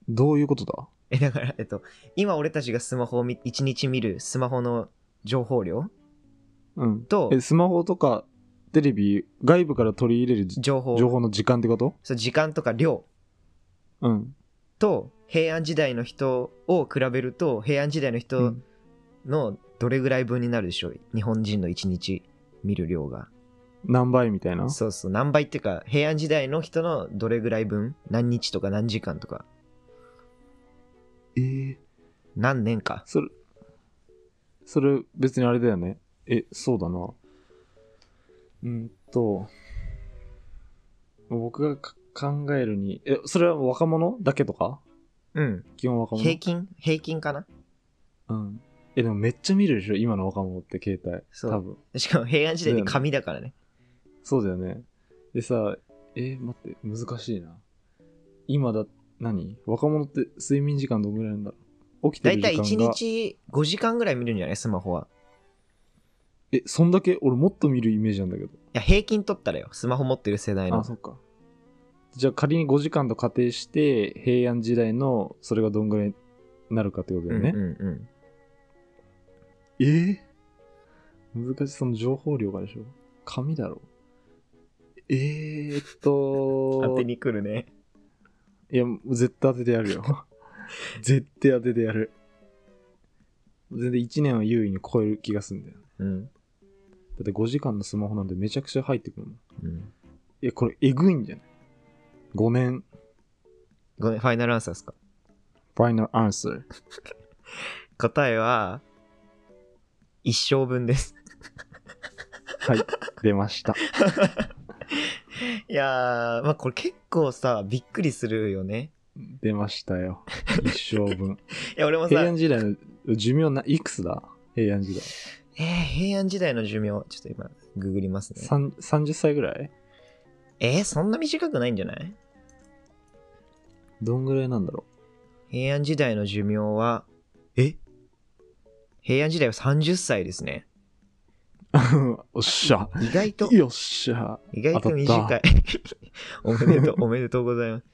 Speaker 1: どういうことだ
Speaker 2: え、だから、えっと、今俺たちがスマホをみ一日見るスマホの情報量
Speaker 1: うん。
Speaker 2: と
Speaker 1: え、スマホとかテレビ、外部から取り入れるじ
Speaker 2: 情報、
Speaker 1: 情報の時間ってこと
Speaker 2: そう時間とか量
Speaker 1: うん。
Speaker 2: と平安時代の人を比べると平安時代の
Speaker 1: う
Speaker 2: 人
Speaker 1: ん
Speaker 2: のどれぐらい分になるでしょう、日本人の一日見る量が。
Speaker 1: 何倍みたいな。
Speaker 2: そうそう、何倍っていうか平安時代の人のどれぐらい分何日とか何時間とか
Speaker 1: えー、
Speaker 2: 何年か。
Speaker 1: それ、それ別にあれだよね。え、そうだな。うんと、僕がか考えるに、え、それは若者だけとか
Speaker 2: うん。
Speaker 1: 基本若者。
Speaker 2: 平均平均かな
Speaker 1: うん。え、でもめっちゃ見るでしょ今の若者って携帯。
Speaker 2: そう
Speaker 1: 多分。
Speaker 2: しかも平安時代って紙だからね。
Speaker 1: そうだよね。でさ、えー待って、難しいな。今だ、何若者って睡眠時間どんぐらいなんだろう起きて
Speaker 2: だ
Speaker 1: る
Speaker 2: い
Speaker 1: 時間
Speaker 2: たい
Speaker 1: が。
Speaker 2: 1日5時間ぐらい見るんじゃないスマホは。
Speaker 1: え、そんだけ俺もっと見るイメージなんだけど。
Speaker 2: いや、平均取ったらよ。スマホ持ってる世代
Speaker 1: あ
Speaker 2: の。
Speaker 1: そっか。じゃあ仮に5時間と仮定して、平安時代のそれがどんぐらいになるかってことだ
Speaker 2: う
Speaker 1: よ
Speaker 2: ん
Speaker 1: ね。
Speaker 2: うんうん。
Speaker 1: えー難しい、その情報量がでしょ紙だろえーっと。
Speaker 2: 当てに来るね。
Speaker 1: いや、絶対当ててやる
Speaker 2: <laughs>
Speaker 1: よ。絶対当ててやる。全然1年は優位に超える気がするんだよ。だ
Speaker 2: うん。
Speaker 1: って5時間のスマホなんてめちゃくちゃ入ってくるもん。
Speaker 2: うん。
Speaker 1: いや、これえぐいんじゃない ?5 年、
Speaker 2: ごめん、ファイナルアンサーですか。
Speaker 1: ファイナルアンサー。
Speaker 2: 答えは、一生分です。
Speaker 1: はい、出ました。
Speaker 2: いやー、まあこれ結構さ、びっくりするよね。
Speaker 1: 出ました <laughs> よ。一生 <laughs> 分。
Speaker 2: いや、俺もさ
Speaker 1: 平、安時代の寿命ないくつだ平安時代。
Speaker 2: えー、平安時代の寿命、ちょっと今、ググりますね。
Speaker 1: 三30歳ぐらい
Speaker 2: えー、そんな短くないんじゃない
Speaker 1: どんぐらいなんだろ
Speaker 2: 平安時代の寿命は、え平安時代は30歳ですね。
Speaker 1: う <laughs> おっしゃ。
Speaker 2: 意外と、
Speaker 1: よっしゃ。
Speaker 2: 意外と
Speaker 1: 当た
Speaker 2: 短
Speaker 1: っ
Speaker 2: い。 <laughs> おめでとう、おめでとうございます。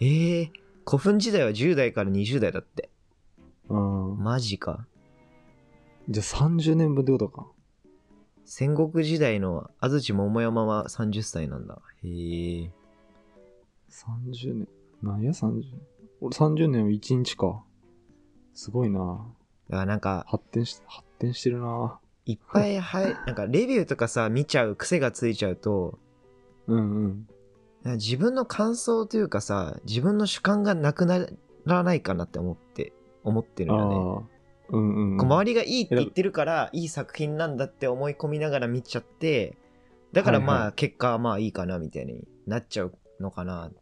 Speaker 2: えー、古墳時代は10代から20代だって。
Speaker 1: うん。
Speaker 2: マジか。
Speaker 1: じゃあ30年分ってことか。
Speaker 2: 戦国時代の安土桃山は30歳なんだ。へえ。
Speaker 1: 30年。なんや30年。俺30年を1日か。すごいな
Speaker 2: だからなんか、
Speaker 1: 発展して、発展してるない
Speaker 2: っぱい、はい、なんかレビューとかさ、見ちゃう癖がついちゃうと、
Speaker 1: うんうん。
Speaker 2: なんか自分の感想というかさ、自分の主観がなくならないかなって思って、思ってる
Speaker 1: あ
Speaker 2: んだね。
Speaker 1: あ。うんうんうん。
Speaker 2: こう周りがいいって言ってるから、いい作品なんだって思い込みながら見ちゃって、だから
Speaker 1: はい
Speaker 2: ま
Speaker 1: は
Speaker 2: あ、結果はまあいいかなみたいになっちゃうのかな。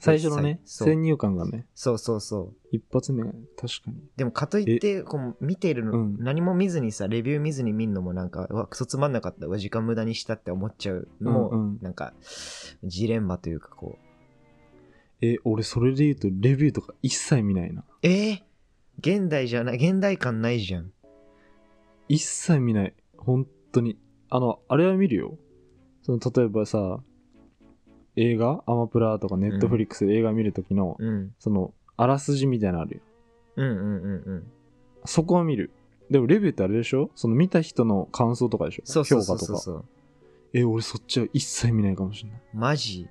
Speaker 1: 最初のね、
Speaker 2: そう
Speaker 1: 先入観がね、
Speaker 2: そうそうそう。
Speaker 1: 一発目、確かに。
Speaker 2: でもかといってこう見てるの、
Speaker 1: うん
Speaker 2: 何も見ずにさレビュー見ずに見るのもなんかうわクソつまんなかったうわ時間無駄にしたって思っちゃうのも、
Speaker 1: うんうん
Speaker 2: なんかジレンマというかこう
Speaker 1: え、俺それで言うと、レビューとか一切見ないな。
Speaker 2: えー、現代じゃない現代感ないじゃん
Speaker 1: 一切見ない。本当に。あの、あれは見るよ。その、例えばさ、映画アマプラとかネットフリックスで映画見るときの、
Speaker 2: うん
Speaker 1: その、あらすじみたいなのあるよ。
Speaker 2: うんうんうんうん
Speaker 1: そこは見る。でもレビューってあれでしょその見た人の感想とかでしょ
Speaker 2: そうそうそう
Speaker 1: 評価
Speaker 2: そう
Speaker 1: とか。
Speaker 2: そう
Speaker 1: え、俺そっちは一切見ないかもしれない。
Speaker 2: マジ、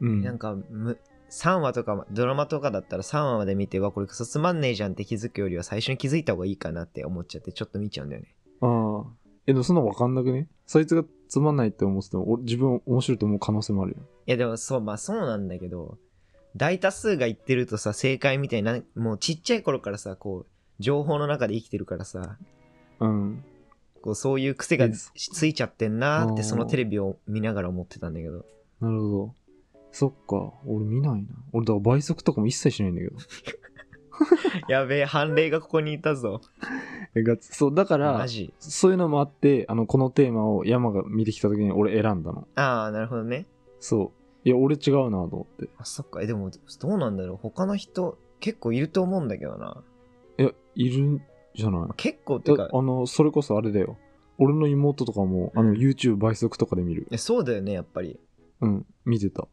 Speaker 1: う
Speaker 2: なん
Speaker 1: ん。
Speaker 2: かむ3話とかドラマとかだったら3話まで見てうわこれクソつまんねえじゃんって気づくよりは最初に気づいた方がいいかなって思っちゃってちょっと見ちゃうんだよね
Speaker 1: ああ。え、でもそんなわかんなくねそいつがつまんないって思ってても、俺自分面白いと思う可能性もあるよ。
Speaker 2: いやでもそう、まあそうなんだけど、大多数が言ってるとさ、正解みたいな、もうちっちゃい頃からさ、こう、情報の中で生きてるからさ、
Speaker 1: うん。
Speaker 2: こうそういう癖が
Speaker 1: え
Speaker 2: つついちゃってんなーって、
Speaker 1: あー
Speaker 2: そのテレビを見ながら思ってたんだけど。
Speaker 1: なるほど。そっか。俺見ないな。俺だから倍速とかも一切しないんだけど。 <laughs>
Speaker 2: やべえ、判例がここにいたぞ。
Speaker 1: え、ガチ。そう、だから
Speaker 2: マ、ジ。
Speaker 1: そういうのもあって、あの、このテーマを山が見てきた時に俺選んだの。
Speaker 2: ああ、なるほどね。
Speaker 1: そう。いや、俺違うなと思って。
Speaker 2: あ、そっか。え、でも、どうなんだろう。他の人、結構いると思うんだけどな。
Speaker 1: いや、いるんじゃない
Speaker 2: まあ結構って
Speaker 1: だ
Speaker 2: か、
Speaker 1: あのそれこそあれだよ俺の妹とかも、あ
Speaker 2: う
Speaker 1: の
Speaker 2: ん
Speaker 1: YouTube 倍速とかで見る
Speaker 2: えそうだよね、やっぱり。
Speaker 1: うん見てた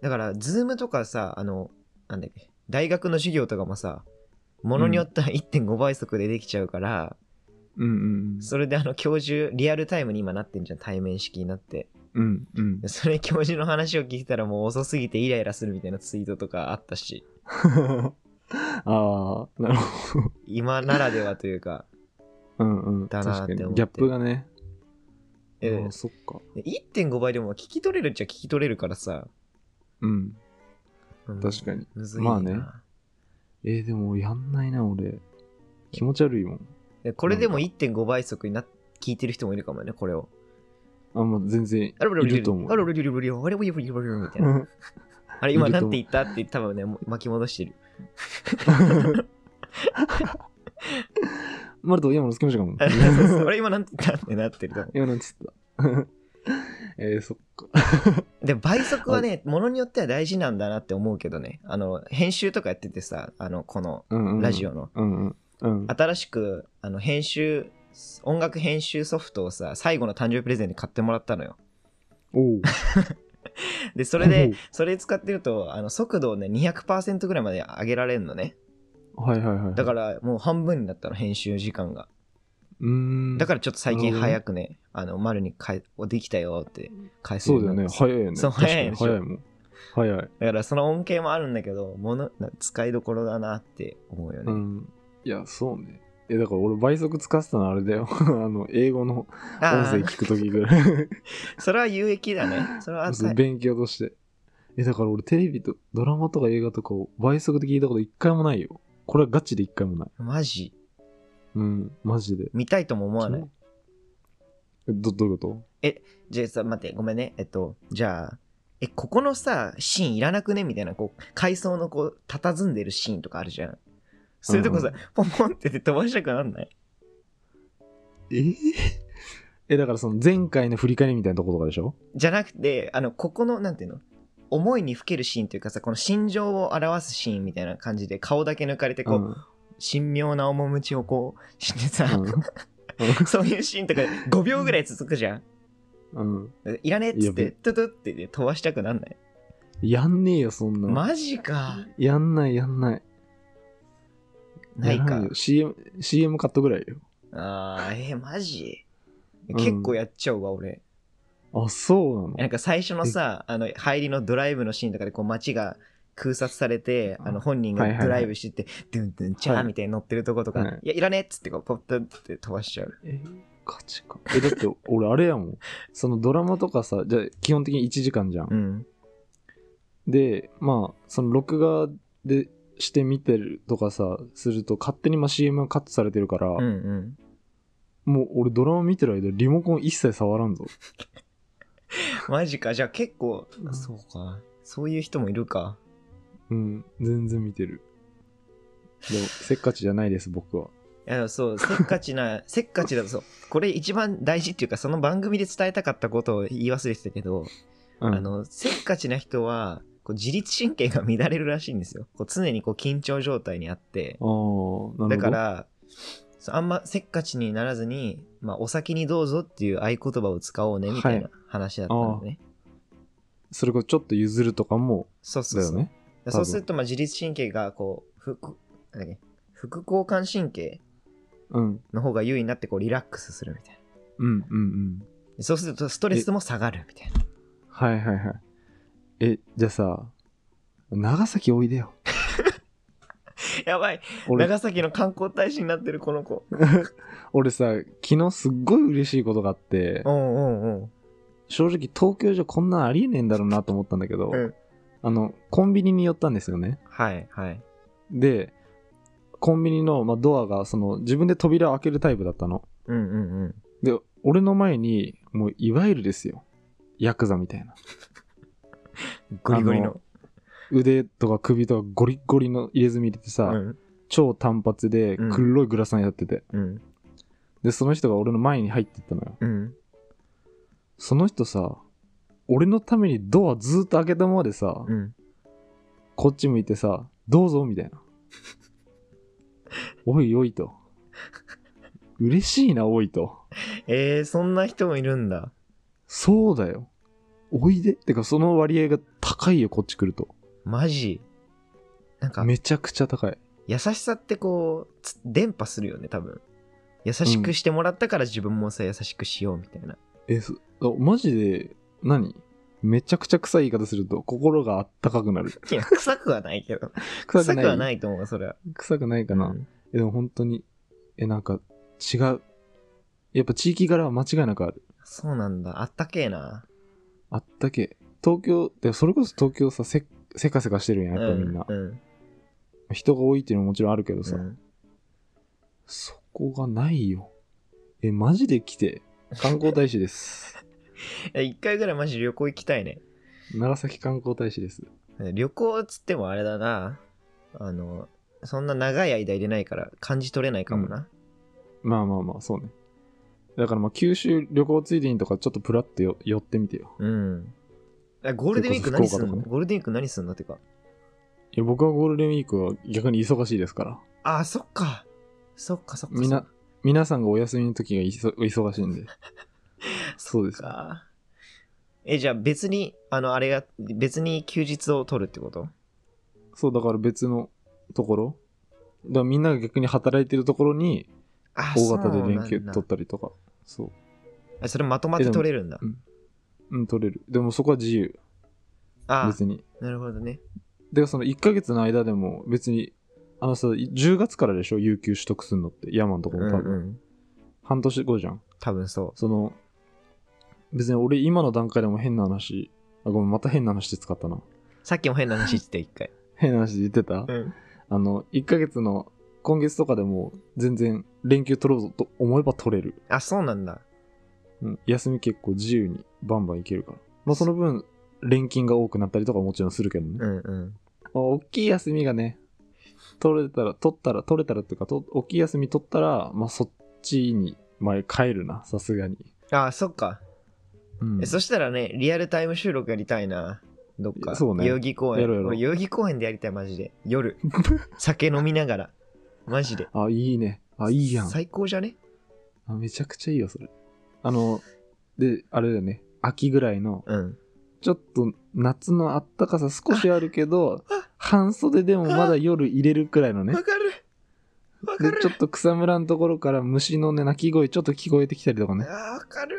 Speaker 2: だから、ズームとかさ、あの、なんだっけ、大学の授業とかもさ、ものによっては1.5倍速でできちゃうから、
Speaker 1: うんうん
Speaker 2: それであの、教授、リアルタイムに今なってんじゃん、対面式になって。
Speaker 1: うんうん <laughs>
Speaker 2: それ教授の話を聞いたらもう遅すぎてイライラするみたいなツイートとかあったし、
Speaker 1: ああなるほど
Speaker 2: 今ならではというか、
Speaker 1: うんうん
Speaker 2: だ
Speaker 1: 確
Speaker 2: なー
Speaker 1: か
Speaker 2: っ
Speaker 1: に
Speaker 2: て
Speaker 1: ギ
Speaker 2: 思って
Speaker 1: ャップがねあ
Speaker 2: え
Speaker 1: ー <laughs> そっか
Speaker 2: 1.5倍でも聞き取れるっちゃ聞き取れるからさ、
Speaker 1: うん
Speaker 2: うん
Speaker 1: 確かに
Speaker 2: むずい
Speaker 1: ま
Speaker 2: な、
Speaker 1: あねえー、でもやんないな俺気持ち悪いもん
Speaker 2: でこれでも1.5倍速にな聞いてる人もいるかもね、これを。
Speaker 1: あんまあ全然い
Speaker 2: あれ
Speaker 1: ると思う
Speaker 2: あれみたいな。あれ、
Speaker 1: い
Speaker 2: 今
Speaker 1: る
Speaker 2: な
Speaker 1: と思う
Speaker 2: んて言ったって多分ね、もう巻き戻して
Speaker 1: <laughs>
Speaker 2: る。
Speaker 1: <laughs> マルト、今の好きましたか
Speaker 2: <laughs>
Speaker 1: も。
Speaker 2: 俺今なんて言ったってなってると思
Speaker 1: 今なんつった。 <laughs> えー、そっか。
Speaker 2: う。で、倍速はね、ものによっては大事なんだなって思うけどね。あの、編集とかやっててさ、あの、この
Speaker 1: うんうん、
Speaker 2: ラジ
Speaker 1: オ。
Speaker 2: オの。
Speaker 1: うんうん。うん、
Speaker 2: 新しく、あの、編集、音楽編集ソフトをさ、最後の誕生日プレゼントで買ってもらったのよ。
Speaker 1: おう。
Speaker 2: で、それで
Speaker 1: おう、
Speaker 2: それ使ってると、あの、速度をね、200%ぐらいまで上げられるのね。
Speaker 1: はいはいはい。ら、
Speaker 2: だから、もう半分になったの、編集時間が。
Speaker 1: うーん。
Speaker 2: だ
Speaker 1: ら、
Speaker 2: からちょっと最近
Speaker 1: なるほどね
Speaker 2: 早くね、あの、丸に変え、おできたよって返せ
Speaker 1: そ
Speaker 2: る
Speaker 1: うだよね。
Speaker 2: よ
Speaker 1: 早いよね。
Speaker 2: そう
Speaker 1: 確かに
Speaker 2: 早いでしょ
Speaker 1: 早いもん。早い。
Speaker 2: だからその恩恵もあるんだけど、もの、な使いどころだなって思うよね。
Speaker 1: うん。いや、そうね。え、だから俺倍速使ってたのあれだよ。 <laughs> あの、英語の音
Speaker 2: あ
Speaker 1: 声
Speaker 2: あ、
Speaker 1: 聞くときぐらい。
Speaker 2: それは有益だね。それは
Speaker 1: そう
Speaker 2: さ、
Speaker 1: 勉強として。え、だから俺テレビとドラマとか映画とかを倍速で聞いたこと一回もないよ。これはガチで一回もない。
Speaker 2: マジ、
Speaker 1: うん、マジで。
Speaker 2: 見たいとも思わない。
Speaker 1: えど、どういうこ
Speaker 2: じゃあさ、待って、ごめんね。えっと、じゃあ、え、ここのさ、シーンいらなくねみたいな、こう、階層のこう、佇んでるシーンとかあるじゃん。そういうとこさ、
Speaker 1: うん
Speaker 2: ポンポンって飛ばしたくなんない
Speaker 1: とえ <laughs> え、だからその前回の振り返りみたいなとことかでしょ
Speaker 2: じゃなくて、あの、ここの、なんていうの思いにふけるシーンというかさ、この心情を表すシーンみたいな感じで、顔だけ抜かれて、こう、
Speaker 1: ん
Speaker 2: 神妙な面持ちをこうしてさ、
Speaker 1: う
Speaker 2: <laughs> そういうシーンとか5秒ぐらい続くじゃん。
Speaker 1: ん。うん。
Speaker 2: いらねえっつっ
Speaker 1: い
Speaker 2: て、
Speaker 1: や
Speaker 2: トゥトゥってね飛ばしたくなんない。
Speaker 1: やんねえよ、そんなの。
Speaker 2: マジか。
Speaker 1: やんない、やんない。
Speaker 2: ない
Speaker 1: やら
Speaker 2: か
Speaker 1: よ。CM、CM カットぐらいよ。
Speaker 2: あー、えー、マジ
Speaker 1: ん
Speaker 2: 結構やっちゃうわ、俺。
Speaker 1: あ、そうなの
Speaker 2: なんか最初のさ、あの、入りのドライブのシーンとかで、こう街が空撮されて、あの、本人が
Speaker 1: はいはいはい
Speaker 2: ドライブしてって、ドゥンドゥンチャ
Speaker 1: は
Speaker 2: ー
Speaker 1: い
Speaker 2: みたいに乗ってるとことか、
Speaker 1: はい
Speaker 2: い、や、いらねえっつって、こう、ポッとって飛ばしちゃう。
Speaker 1: えガチか。え、だって俺あれやもん。そのドラマとかさ、じゃあ基本的に1時間じゃん。
Speaker 2: うん。
Speaker 1: で、まあ、その録画でして見てるとかさ、すると勝手にまあ CM がカットされてるから、
Speaker 2: うんうん。
Speaker 1: もう俺ドラマ見てる間リモコン一切触らんぞ。
Speaker 2: マジか。じゃあ結構
Speaker 1: う、ん
Speaker 2: そうか。そういう人もいるか。
Speaker 1: うん、全然見てる。でも、せっかちじゃないです、僕は。
Speaker 2: いやそう、せっかちな、 <laughs> せっかちだとそう、これ一番大事っていうか、その番組で伝えたかったことを言い忘れてたけど、
Speaker 1: うん、
Speaker 2: あの、せっかちな人は、こう自律神経が乱れるらしいんですよ。こう常にこう緊張状態にあって、
Speaker 1: あー、なるほ
Speaker 2: だ
Speaker 1: ど。
Speaker 2: から、そうあんませっかちにならずに、まあ、お先にどうぞっていう合言葉を使おうね、みたい
Speaker 1: は
Speaker 2: な話だったんだね。
Speaker 1: それこそちょっと譲るとかも、
Speaker 2: そうそう
Speaker 1: だ
Speaker 2: そ
Speaker 1: よ
Speaker 2: う。
Speaker 1: ね。
Speaker 2: だからそうすると、まあ、自律神経が、こう、副、なんだっけ、副交感神経
Speaker 1: うん。
Speaker 2: の方が優位になって、こう、リラックスするみたいな。
Speaker 1: うん、うん、うん。
Speaker 2: でそうするとストレスも下がるみ
Speaker 1: <laughs>
Speaker 2: たいな。
Speaker 1: はいはいはい。え、じゃあさ、長崎おいでよ。
Speaker 2: やばい。
Speaker 1: 俺
Speaker 2: <laughs> 長崎の観光大使になってるこの子。
Speaker 1: 俺さ、昨日すっごい嬉しいことがあって、
Speaker 2: んうんうん。
Speaker 1: 正直東京じゃこんなんありえねえんだろうなと思ったんだけど、
Speaker 2: うん
Speaker 1: あの、コンビニに寄ったんですよね。
Speaker 2: はいはい。
Speaker 1: で、コンビニの、まあ、ドアが、その、自分で扉を開けるタイプだったの。
Speaker 2: うんうんうん。
Speaker 1: で、俺の前に、もう、いわゆるですよ。ヤクザみたいな。
Speaker 2: ゴリゴリ
Speaker 1: あ
Speaker 2: の。
Speaker 1: 腕とか首とかゴリッゴリの入れ墨入れてさ、
Speaker 2: うん
Speaker 1: 超単発で
Speaker 2: うん
Speaker 1: 黒いグラサンやってて、
Speaker 2: うん
Speaker 1: で、その人が俺の前に入ってったのよ。
Speaker 2: うん。
Speaker 1: その人さ、俺のためにドアずーっと開けたままでさ、
Speaker 2: うん。
Speaker 1: こっち向いてさ、どうぞみたいな。 <laughs> おいおいと。嬉しいな、おいと。
Speaker 2: えー、そんな人もいるんだ。
Speaker 1: そうだよ。おいで。てか、その割合が高いよ、こっち来ると。
Speaker 2: マジ。なんか、
Speaker 1: めちゃくちゃ高い。
Speaker 2: 優しさってこう、つ伝播するよね、多分。優しくしてもらったから自分もさ、優しくしようみたい
Speaker 1: <laughs>
Speaker 2: な。
Speaker 1: え、そあマジで、何めちゃくちゃ臭い言い方すると、心があったかくなる。
Speaker 2: いや、臭くはないけど。
Speaker 1: <laughs> 臭く
Speaker 2: 臭く
Speaker 1: ない
Speaker 2: はないと思う、それは。
Speaker 1: 臭くないか
Speaker 2: う
Speaker 1: な。
Speaker 2: ん
Speaker 1: え、でも本当に、え、なんか、違う。やっぱ地域柄は間違いなくある。
Speaker 2: そうなんだ。あったけえな。
Speaker 1: あったけ。東京、でそれこそ東京さ、せ、せかせかしてるやん、やっぱみんな。
Speaker 2: うん。うん
Speaker 1: 人が多いっていうのももちろんあるけどさ、
Speaker 2: うん
Speaker 1: そこがないよ。え、マジで来て。観光大使です。
Speaker 2: <laughs> え一回ぐらいマジ旅行行きたいね。
Speaker 1: 長崎観光大使です。
Speaker 2: 旅行っつってもあれだな。あの、そんな長い間入れないから感じ取れないかもな。
Speaker 1: まあまあまあ、そうね。だからまあ、九州旅行ついでにとか、ちょっとプラってよ寄ってみてよ。
Speaker 2: うん。あゴールデンウィーク何すん
Speaker 1: それこそ福岡
Speaker 2: の
Speaker 1: とかね
Speaker 2: ゴールデンウィーク何すんのってか。
Speaker 1: いや、僕はゴールデンウィークは逆に忙しいですから。
Speaker 2: ああ、そっか。そっかそっか。
Speaker 1: みな、皆さんがお休みの時がいそ忙しい
Speaker 2: <laughs>
Speaker 1: んで。そうです
Speaker 2: そっ。か。え、じゃあ別に、あの、あれが、別に休日を取るってこと
Speaker 1: そう、だから別のところ。だからみんなが逆に働いてるところに、
Speaker 2: あ
Speaker 1: 大型で連
Speaker 2: そう
Speaker 1: 休
Speaker 2: なんだ
Speaker 1: 取ったりとか。そう
Speaker 2: あそれまとまって取れるんだ
Speaker 1: え。うん、取れる。でもそこは自由。
Speaker 2: あ
Speaker 1: 別に。
Speaker 2: なるほどね。
Speaker 1: で、その1ヶ月の間でも別に、あのさ、10月からでしょ有給取得するのって。山のとこ
Speaker 2: う
Speaker 1: ろ
Speaker 2: ん
Speaker 1: 多分。
Speaker 2: うん。
Speaker 1: 半年後じゃん。
Speaker 2: 多分そ
Speaker 1: その、別に俺今の段階でも変な話。あ、ごめん、また変な話で使ったな。
Speaker 2: う。さっきも変な話言ってた、一
Speaker 1: <laughs>
Speaker 2: 回。
Speaker 1: 変な話で言ってた、
Speaker 2: ん。
Speaker 1: あの、1ヶ月の今月とかでも全然連休取ろうと思えば取れる。
Speaker 2: あ、そうなんだ。
Speaker 1: うん、休み結構自由にバンバンいけるから。まあその分、連勤が多くなったりとかもちろんするけどね。
Speaker 2: う
Speaker 1: まあ
Speaker 2: んうん。
Speaker 1: 大きい休みがね、取れたら、取ったら、取れたらっていうか、と大きい休み取ったら、まあそっちに、まあ帰るな、さすがに。
Speaker 2: あ、そっか。
Speaker 1: うん
Speaker 2: え、そしたらね、リアルタイム収録やりたいな。どっか。
Speaker 1: そうね
Speaker 2: 代々木公園。
Speaker 1: やろうやろう
Speaker 2: 俺代々木公園でやりたい、マジで。
Speaker 1: <laughs>
Speaker 2: 夜。酒飲みながら。マジで。
Speaker 1: あ、いいね。あ、いいやん。
Speaker 2: 最高じゃね
Speaker 1: あめちゃくちゃいいよ、それ。あの、で、あれだよね。秋ぐらいの、
Speaker 2: うん。
Speaker 1: ちょっと夏のあったかさ少しあるけ
Speaker 2: <laughs>
Speaker 1: ど、半袖でもまだ夜入れるくらいのね
Speaker 2: わ。かるわか
Speaker 1: で
Speaker 2: る、
Speaker 1: ちょっと草むらのところから虫のね、鳴き声ちょっと聞こえてきたりとか
Speaker 2: あ
Speaker 1: ね。
Speaker 2: ーわかる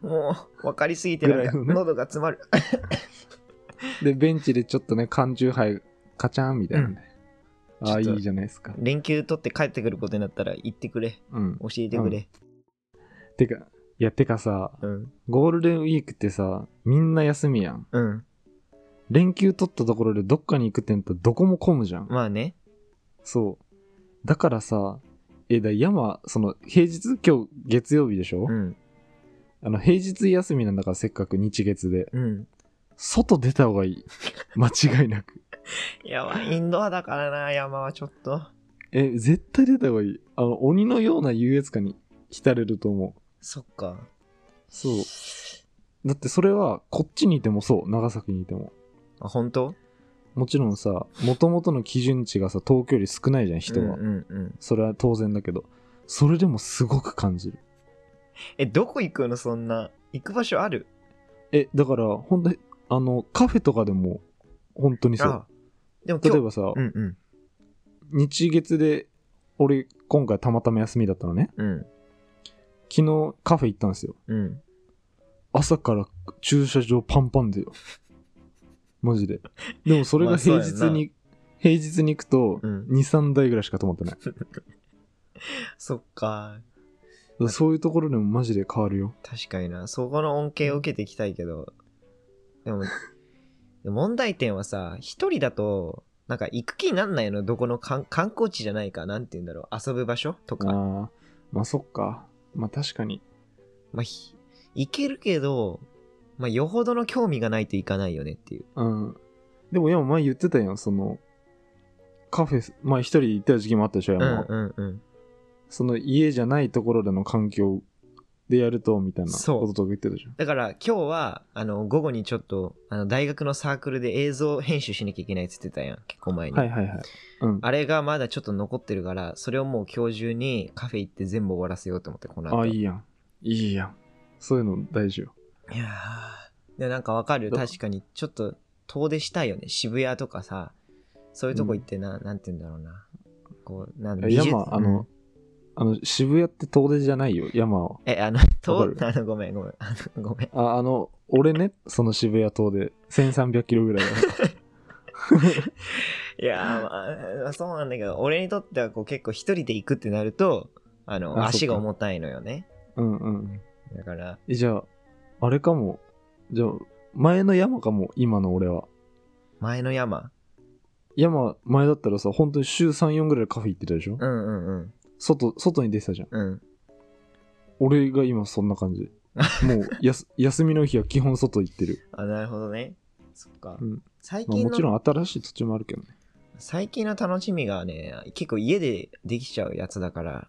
Speaker 2: もう、わかりすぎてなん
Speaker 1: ぐら
Speaker 2: か、
Speaker 1: いのね
Speaker 2: 喉が詰まる。 <laughs>
Speaker 1: で、ベンチでちょっとね、缶チューハイ、カチャンみたいなね。
Speaker 2: うん
Speaker 1: ああ、い
Speaker 2: ちょっと
Speaker 1: いじゃないですか。
Speaker 2: 連休取って帰ってくることになったら言ってくれ。
Speaker 1: うん。
Speaker 2: 教えてくれ。
Speaker 1: てか、いや、てかさ、
Speaker 2: うん。
Speaker 1: ゴールデンウィークってさ、みんな休みやん。
Speaker 2: うん。
Speaker 1: 連休取ったところでどっかに行くってなったらどこも混むじゃん。
Speaker 2: まあね。
Speaker 1: そう。だからさ、え、だ山、その、平日、今日月曜日でしょ、
Speaker 2: うん。
Speaker 1: あの、平日休みなんだから、せっかく日月で。
Speaker 2: うん。
Speaker 1: 外出た方がいい。間違いなく。
Speaker 2: やばい、インドアだからな、山はちょっと。
Speaker 1: え、絶対出た方がいい。あの、鬼のような優越感に浸れると思う。
Speaker 2: そっか。
Speaker 1: そう。だってそれは、こっちにいてもそう。長崎にいても。
Speaker 2: あ、本当
Speaker 1: もちろんさ、元々の基準値がさ、東京より少ないじゃん、人は。
Speaker 2: うんうんうん。
Speaker 1: それは当然だけど。それでもすごく感じる。
Speaker 2: え、どこ行くのそんな。行く場所ある
Speaker 1: え、だから、ほんと、あの、カフェとかでも、本当にそう。
Speaker 2: あでも今
Speaker 1: 例
Speaker 2: 日
Speaker 1: え、ばさ、
Speaker 2: うんうん
Speaker 1: 日月で、俺、今回たまたま休みだったのね。
Speaker 2: うん
Speaker 1: 昨日、カフェ行ったんですよ。
Speaker 2: うん。
Speaker 1: 朝から駐車場パンパンでよ。マジで。でもそれ
Speaker 2: ま
Speaker 1: が
Speaker 2: あそう
Speaker 1: 平
Speaker 2: やん
Speaker 1: 日
Speaker 2: な
Speaker 1: に、平日に行くと、
Speaker 2: うん
Speaker 1: 2、3台ぐらいしか止ま
Speaker 2: <laughs>
Speaker 1: ってない。だか
Speaker 2: そっか。
Speaker 1: らそういうところでもマジで変わるよ。
Speaker 2: 確かにな。そこの恩恵を受けていきたいけど。
Speaker 1: <laughs>
Speaker 2: でも、問題点はさ、一人だと、なんか行く気になんないのどこの観観光地じゃないか。なんて言うんだろう。遊ぶ場所と
Speaker 1: あ
Speaker 2: か。
Speaker 1: ーまあそっか。まあ確かに。
Speaker 2: まあ、ひ行けるけど、まあ、よほどの興味がないといかないよねっていう。
Speaker 1: うん。でも山前言ってたやん、その、カフェ、まあ一人で行った時期もあったでしょ、
Speaker 2: う
Speaker 1: 山
Speaker 2: ん
Speaker 1: は
Speaker 2: うんうん。
Speaker 1: その家じゃないところでの環境でやると、みたいな
Speaker 2: そう
Speaker 1: こととか言ってたじゃん。
Speaker 2: だから今日は、あの、午後にちょっと、あの、大学のサークルで映像編集しなきゃいけないって言ってたやん。結構前に。
Speaker 1: はいはいはい。うん。
Speaker 2: あれがまだちょっと残ってるから、それをもう今日中にカフェ行って全部終わらせようと思って、この後。
Speaker 1: あ、い
Speaker 2: い
Speaker 1: いやん。いいやん。そういうの大事よ。
Speaker 2: やーでなんかわかる
Speaker 1: ど
Speaker 2: 確かに、ちょっと遠出したいよね。渋谷とかさ、そういうとこ行ってな、なんて言うんだろうな。こう、なん美術
Speaker 1: 山、あの、あの、渋谷って遠出じゃないよ、山は。
Speaker 2: え、あの、
Speaker 1: わ
Speaker 2: と
Speaker 1: かる
Speaker 2: <laughs> あの、ごめん、ごめん、あの、ごめん。
Speaker 1: あ、あの、俺ね、その渋谷遠出、1300キロぐらいだ
Speaker 2: <laughs>
Speaker 1: から。
Speaker 2: いやー、まあまあ、そうなんだけど、俺にとってはこう結構一人で行くってなると、あの、
Speaker 1: あ
Speaker 2: 足が
Speaker 1: そっか
Speaker 2: 重たいのよね。
Speaker 1: うんうん。
Speaker 2: だから、
Speaker 1: えじゃあ、あれかも。じゃあ、前の山かも、今の俺は。
Speaker 2: 前の山。
Speaker 1: 山、前だったらさ、本当に週3、4ぐらいカフェ行ってたでしょ、
Speaker 2: うんうん
Speaker 1: 外、外に出てたじゃん。
Speaker 2: うん。うん。
Speaker 1: 俺が今そんな感じ。
Speaker 2: <laughs>
Speaker 1: もうやす、休みの日は基本外行ってる。
Speaker 2: あ、なるほどね。そっか。
Speaker 1: うん
Speaker 2: 最
Speaker 1: まあ、
Speaker 2: 近
Speaker 1: もち
Speaker 2: の、
Speaker 1: ろん新しい土地もあるけどね。
Speaker 2: 最近の楽しみがね、結構家でできちゃうやつだから、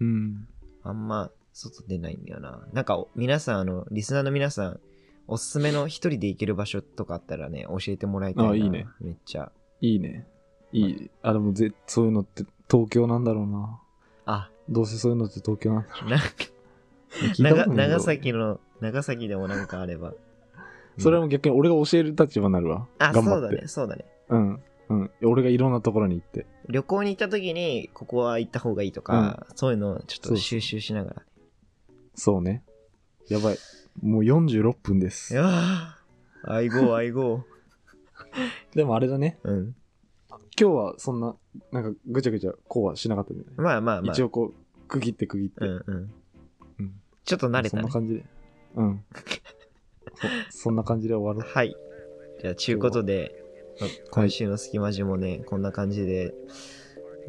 Speaker 1: うん。
Speaker 2: あんま外出ないんだよな。なんか、皆さん、あの、リスナーの皆さん、おすすめの一人で行ける場所とかあったらね、教えてもらいたいな。
Speaker 1: あいいね。
Speaker 2: めっちゃ。
Speaker 1: いいね。いい。あ、でもぜ、そういうのって東京なんだろうな。 <laughs>
Speaker 2: あ、
Speaker 1: どうせそういうのって東京なんだろ
Speaker 2: なんか、
Speaker 1: う聞いたこ
Speaker 2: <laughs> 長
Speaker 1: とないけど
Speaker 2: 長。崎の、長崎でもなんかあれば。
Speaker 1: <laughs> それも逆に俺が教える立場になるわ。
Speaker 2: あ、
Speaker 1: 頑
Speaker 2: そ
Speaker 1: 張
Speaker 2: うだ
Speaker 1: って。
Speaker 2: ね、そうだね。
Speaker 1: うん。うん。俺がいろんなところに行って。
Speaker 2: 旅行に行った時に、ここは行った方がいいとか、そういうのをちょっ
Speaker 1: そう
Speaker 2: と
Speaker 1: そう
Speaker 2: 収集しながら。
Speaker 1: そうね。やばい。もう46分で
Speaker 2: い
Speaker 1: す。
Speaker 2: やあ、愛語愛語。
Speaker 1: でもあれだね。
Speaker 2: うん。
Speaker 1: 今日はそんな、なんかぐちゃぐちゃこうはしなかったんだよね。
Speaker 2: まあまあまあ。
Speaker 1: 一応こう、区切って区切って。
Speaker 2: うんうん。
Speaker 1: うん
Speaker 2: ちょっと慣れた
Speaker 1: そん
Speaker 2: ね
Speaker 1: な。感じで。うん。そそんな感じで終わろ
Speaker 2: はい。じゃあ、ちゅうことで、ま今週の隙間時もね、こんな感じで、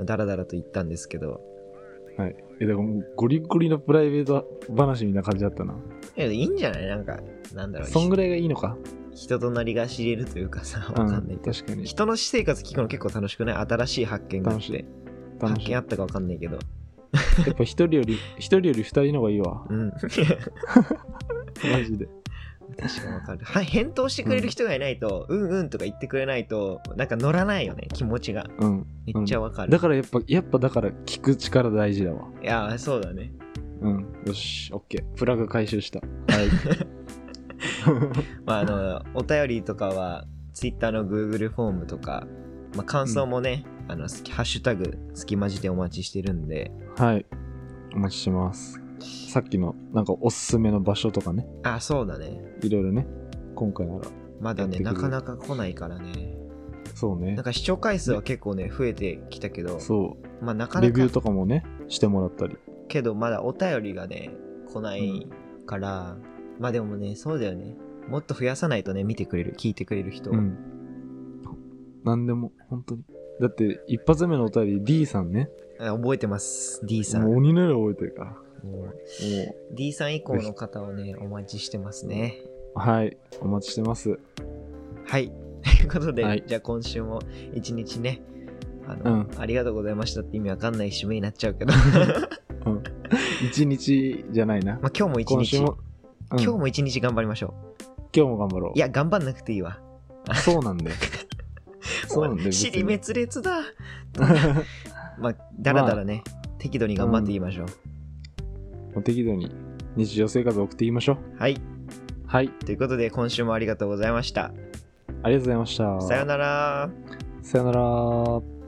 Speaker 2: ダラダラと言ったんですけど、
Speaker 1: う。はい。え、だからもうゴリゴリのプライベート話みたいな感じだったな。
Speaker 2: えいいんじゃないなんか、なんだろう、
Speaker 1: そんぐらいがいいのか。
Speaker 2: 人となりが知れるというかさ、わ
Speaker 1: う
Speaker 2: かんない
Speaker 1: ん。
Speaker 2: けど、
Speaker 1: 確かに。
Speaker 2: 人の私生活聞くの結構楽しくない新しい発見があっ
Speaker 1: 楽しい
Speaker 2: て、
Speaker 1: 楽
Speaker 2: 発
Speaker 1: しい。
Speaker 2: 見あ
Speaker 1: や
Speaker 2: ったかわかんないけど、
Speaker 1: っぱ一人より、一人より二人の方がいいわ
Speaker 2: う。 <laughs> ん。
Speaker 1: マジで。
Speaker 2: 確かにわかる。はい、返答してくれる人がいないと、うん、うんとか言ってくれないと、なんか乗らないよね、気持ちが。
Speaker 1: うん。
Speaker 2: めっちゃわかる。
Speaker 1: だからやっぱ、やっぱだから聞く力大事だわ。
Speaker 2: いやー、そうだね。
Speaker 1: うん。よし、オッケー。プラグ回収した。はい。
Speaker 2: <laughs> まあ、あの、お便りとかは、Twitter の Google フォームとか、まあ、感想もね、あの、すきハッシュタグ、すきまじでお待ちしてるんで、
Speaker 1: はい。お待ちしてます。さっきの、なんかおすすめの場所とかね。
Speaker 2: あ、そうだね。
Speaker 1: いろいろね。今回なら。
Speaker 2: まだ
Speaker 1: やっ
Speaker 2: ね、
Speaker 1: てく
Speaker 2: な
Speaker 1: る
Speaker 2: かなか来ないからね。
Speaker 1: そうね
Speaker 2: なん。か視聴回数は結構ね、増えてきたけど、
Speaker 1: そ
Speaker 2: まあ、なか
Speaker 1: う。
Speaker 2: な
Speaker 1: レビュー
Speaker 2: か、
Speaker 1: とかもね、してもらったり。
Speaker 2: けど、まだお便りがね、来ないから、まあでもね、そうだよね。もっと増やさないとね、見てくれる、聞いてくれる人を。
Speaker 1: うん。なんでも、本当に。だって、一発目のお便り、D さんね。
Speaker 2: あ覚えてます、D さん。
Speaker 1: もう
Speaker 2: も
Speaker 1: 鬼のように覚えてるから。
Speaker 2: う
Speaker 1: も
Speaker 2: D さん以降の方をね、お待ちしてますね。
Speaker 1: う、はい。お待ちしてます。
Speaker 2: はい。 <laughs> ということで、
Speaker 1: はい
Speaker 2: じゃあ今週も一日ね、あ
Speaker 1: う
Speaker 2: の、
Speaker 1: ん
Speaker 2: ありがとうございましたって意味わかんない締めになっちゃう
Speaker 1: <laughs>
Speaker 2: けど、
Speaker 1: 一日じゃないな。
Speaker 2: まあ今日も一
Speaker 1: 今
Speaker 2: 日、
Speaker 1: 週も、うん
Speaker 2: 今日も一日頑張りましょ
Speaker 1: 今日も頑張ろ
Speaker 2: う。
Speaker 1: う。
Speaker 2: いや、頑張んなくていいわ。
Speaker 1: そうなん
Speaker 2: <laughs>
Speaker 1: だよ。そうなんだよ。<laughs>
Speaker 2: 尻
Speaker 1: 別
Speaker 2: 滅裂だ。
Speaker 1: に
Speaker 2: まあ、だらだらね、適度に頑張っていきましょう。
Speaker 1: もう適度に日常生活を送っていきましょう。
Speaker 2: はい。
Speaker 1: はい。
Speaker 2: ということで、今週もありがとうございました。
Speaker 1: ありがとうございました。
Speaker 2: さよなら。
Speaker 1: さよなら。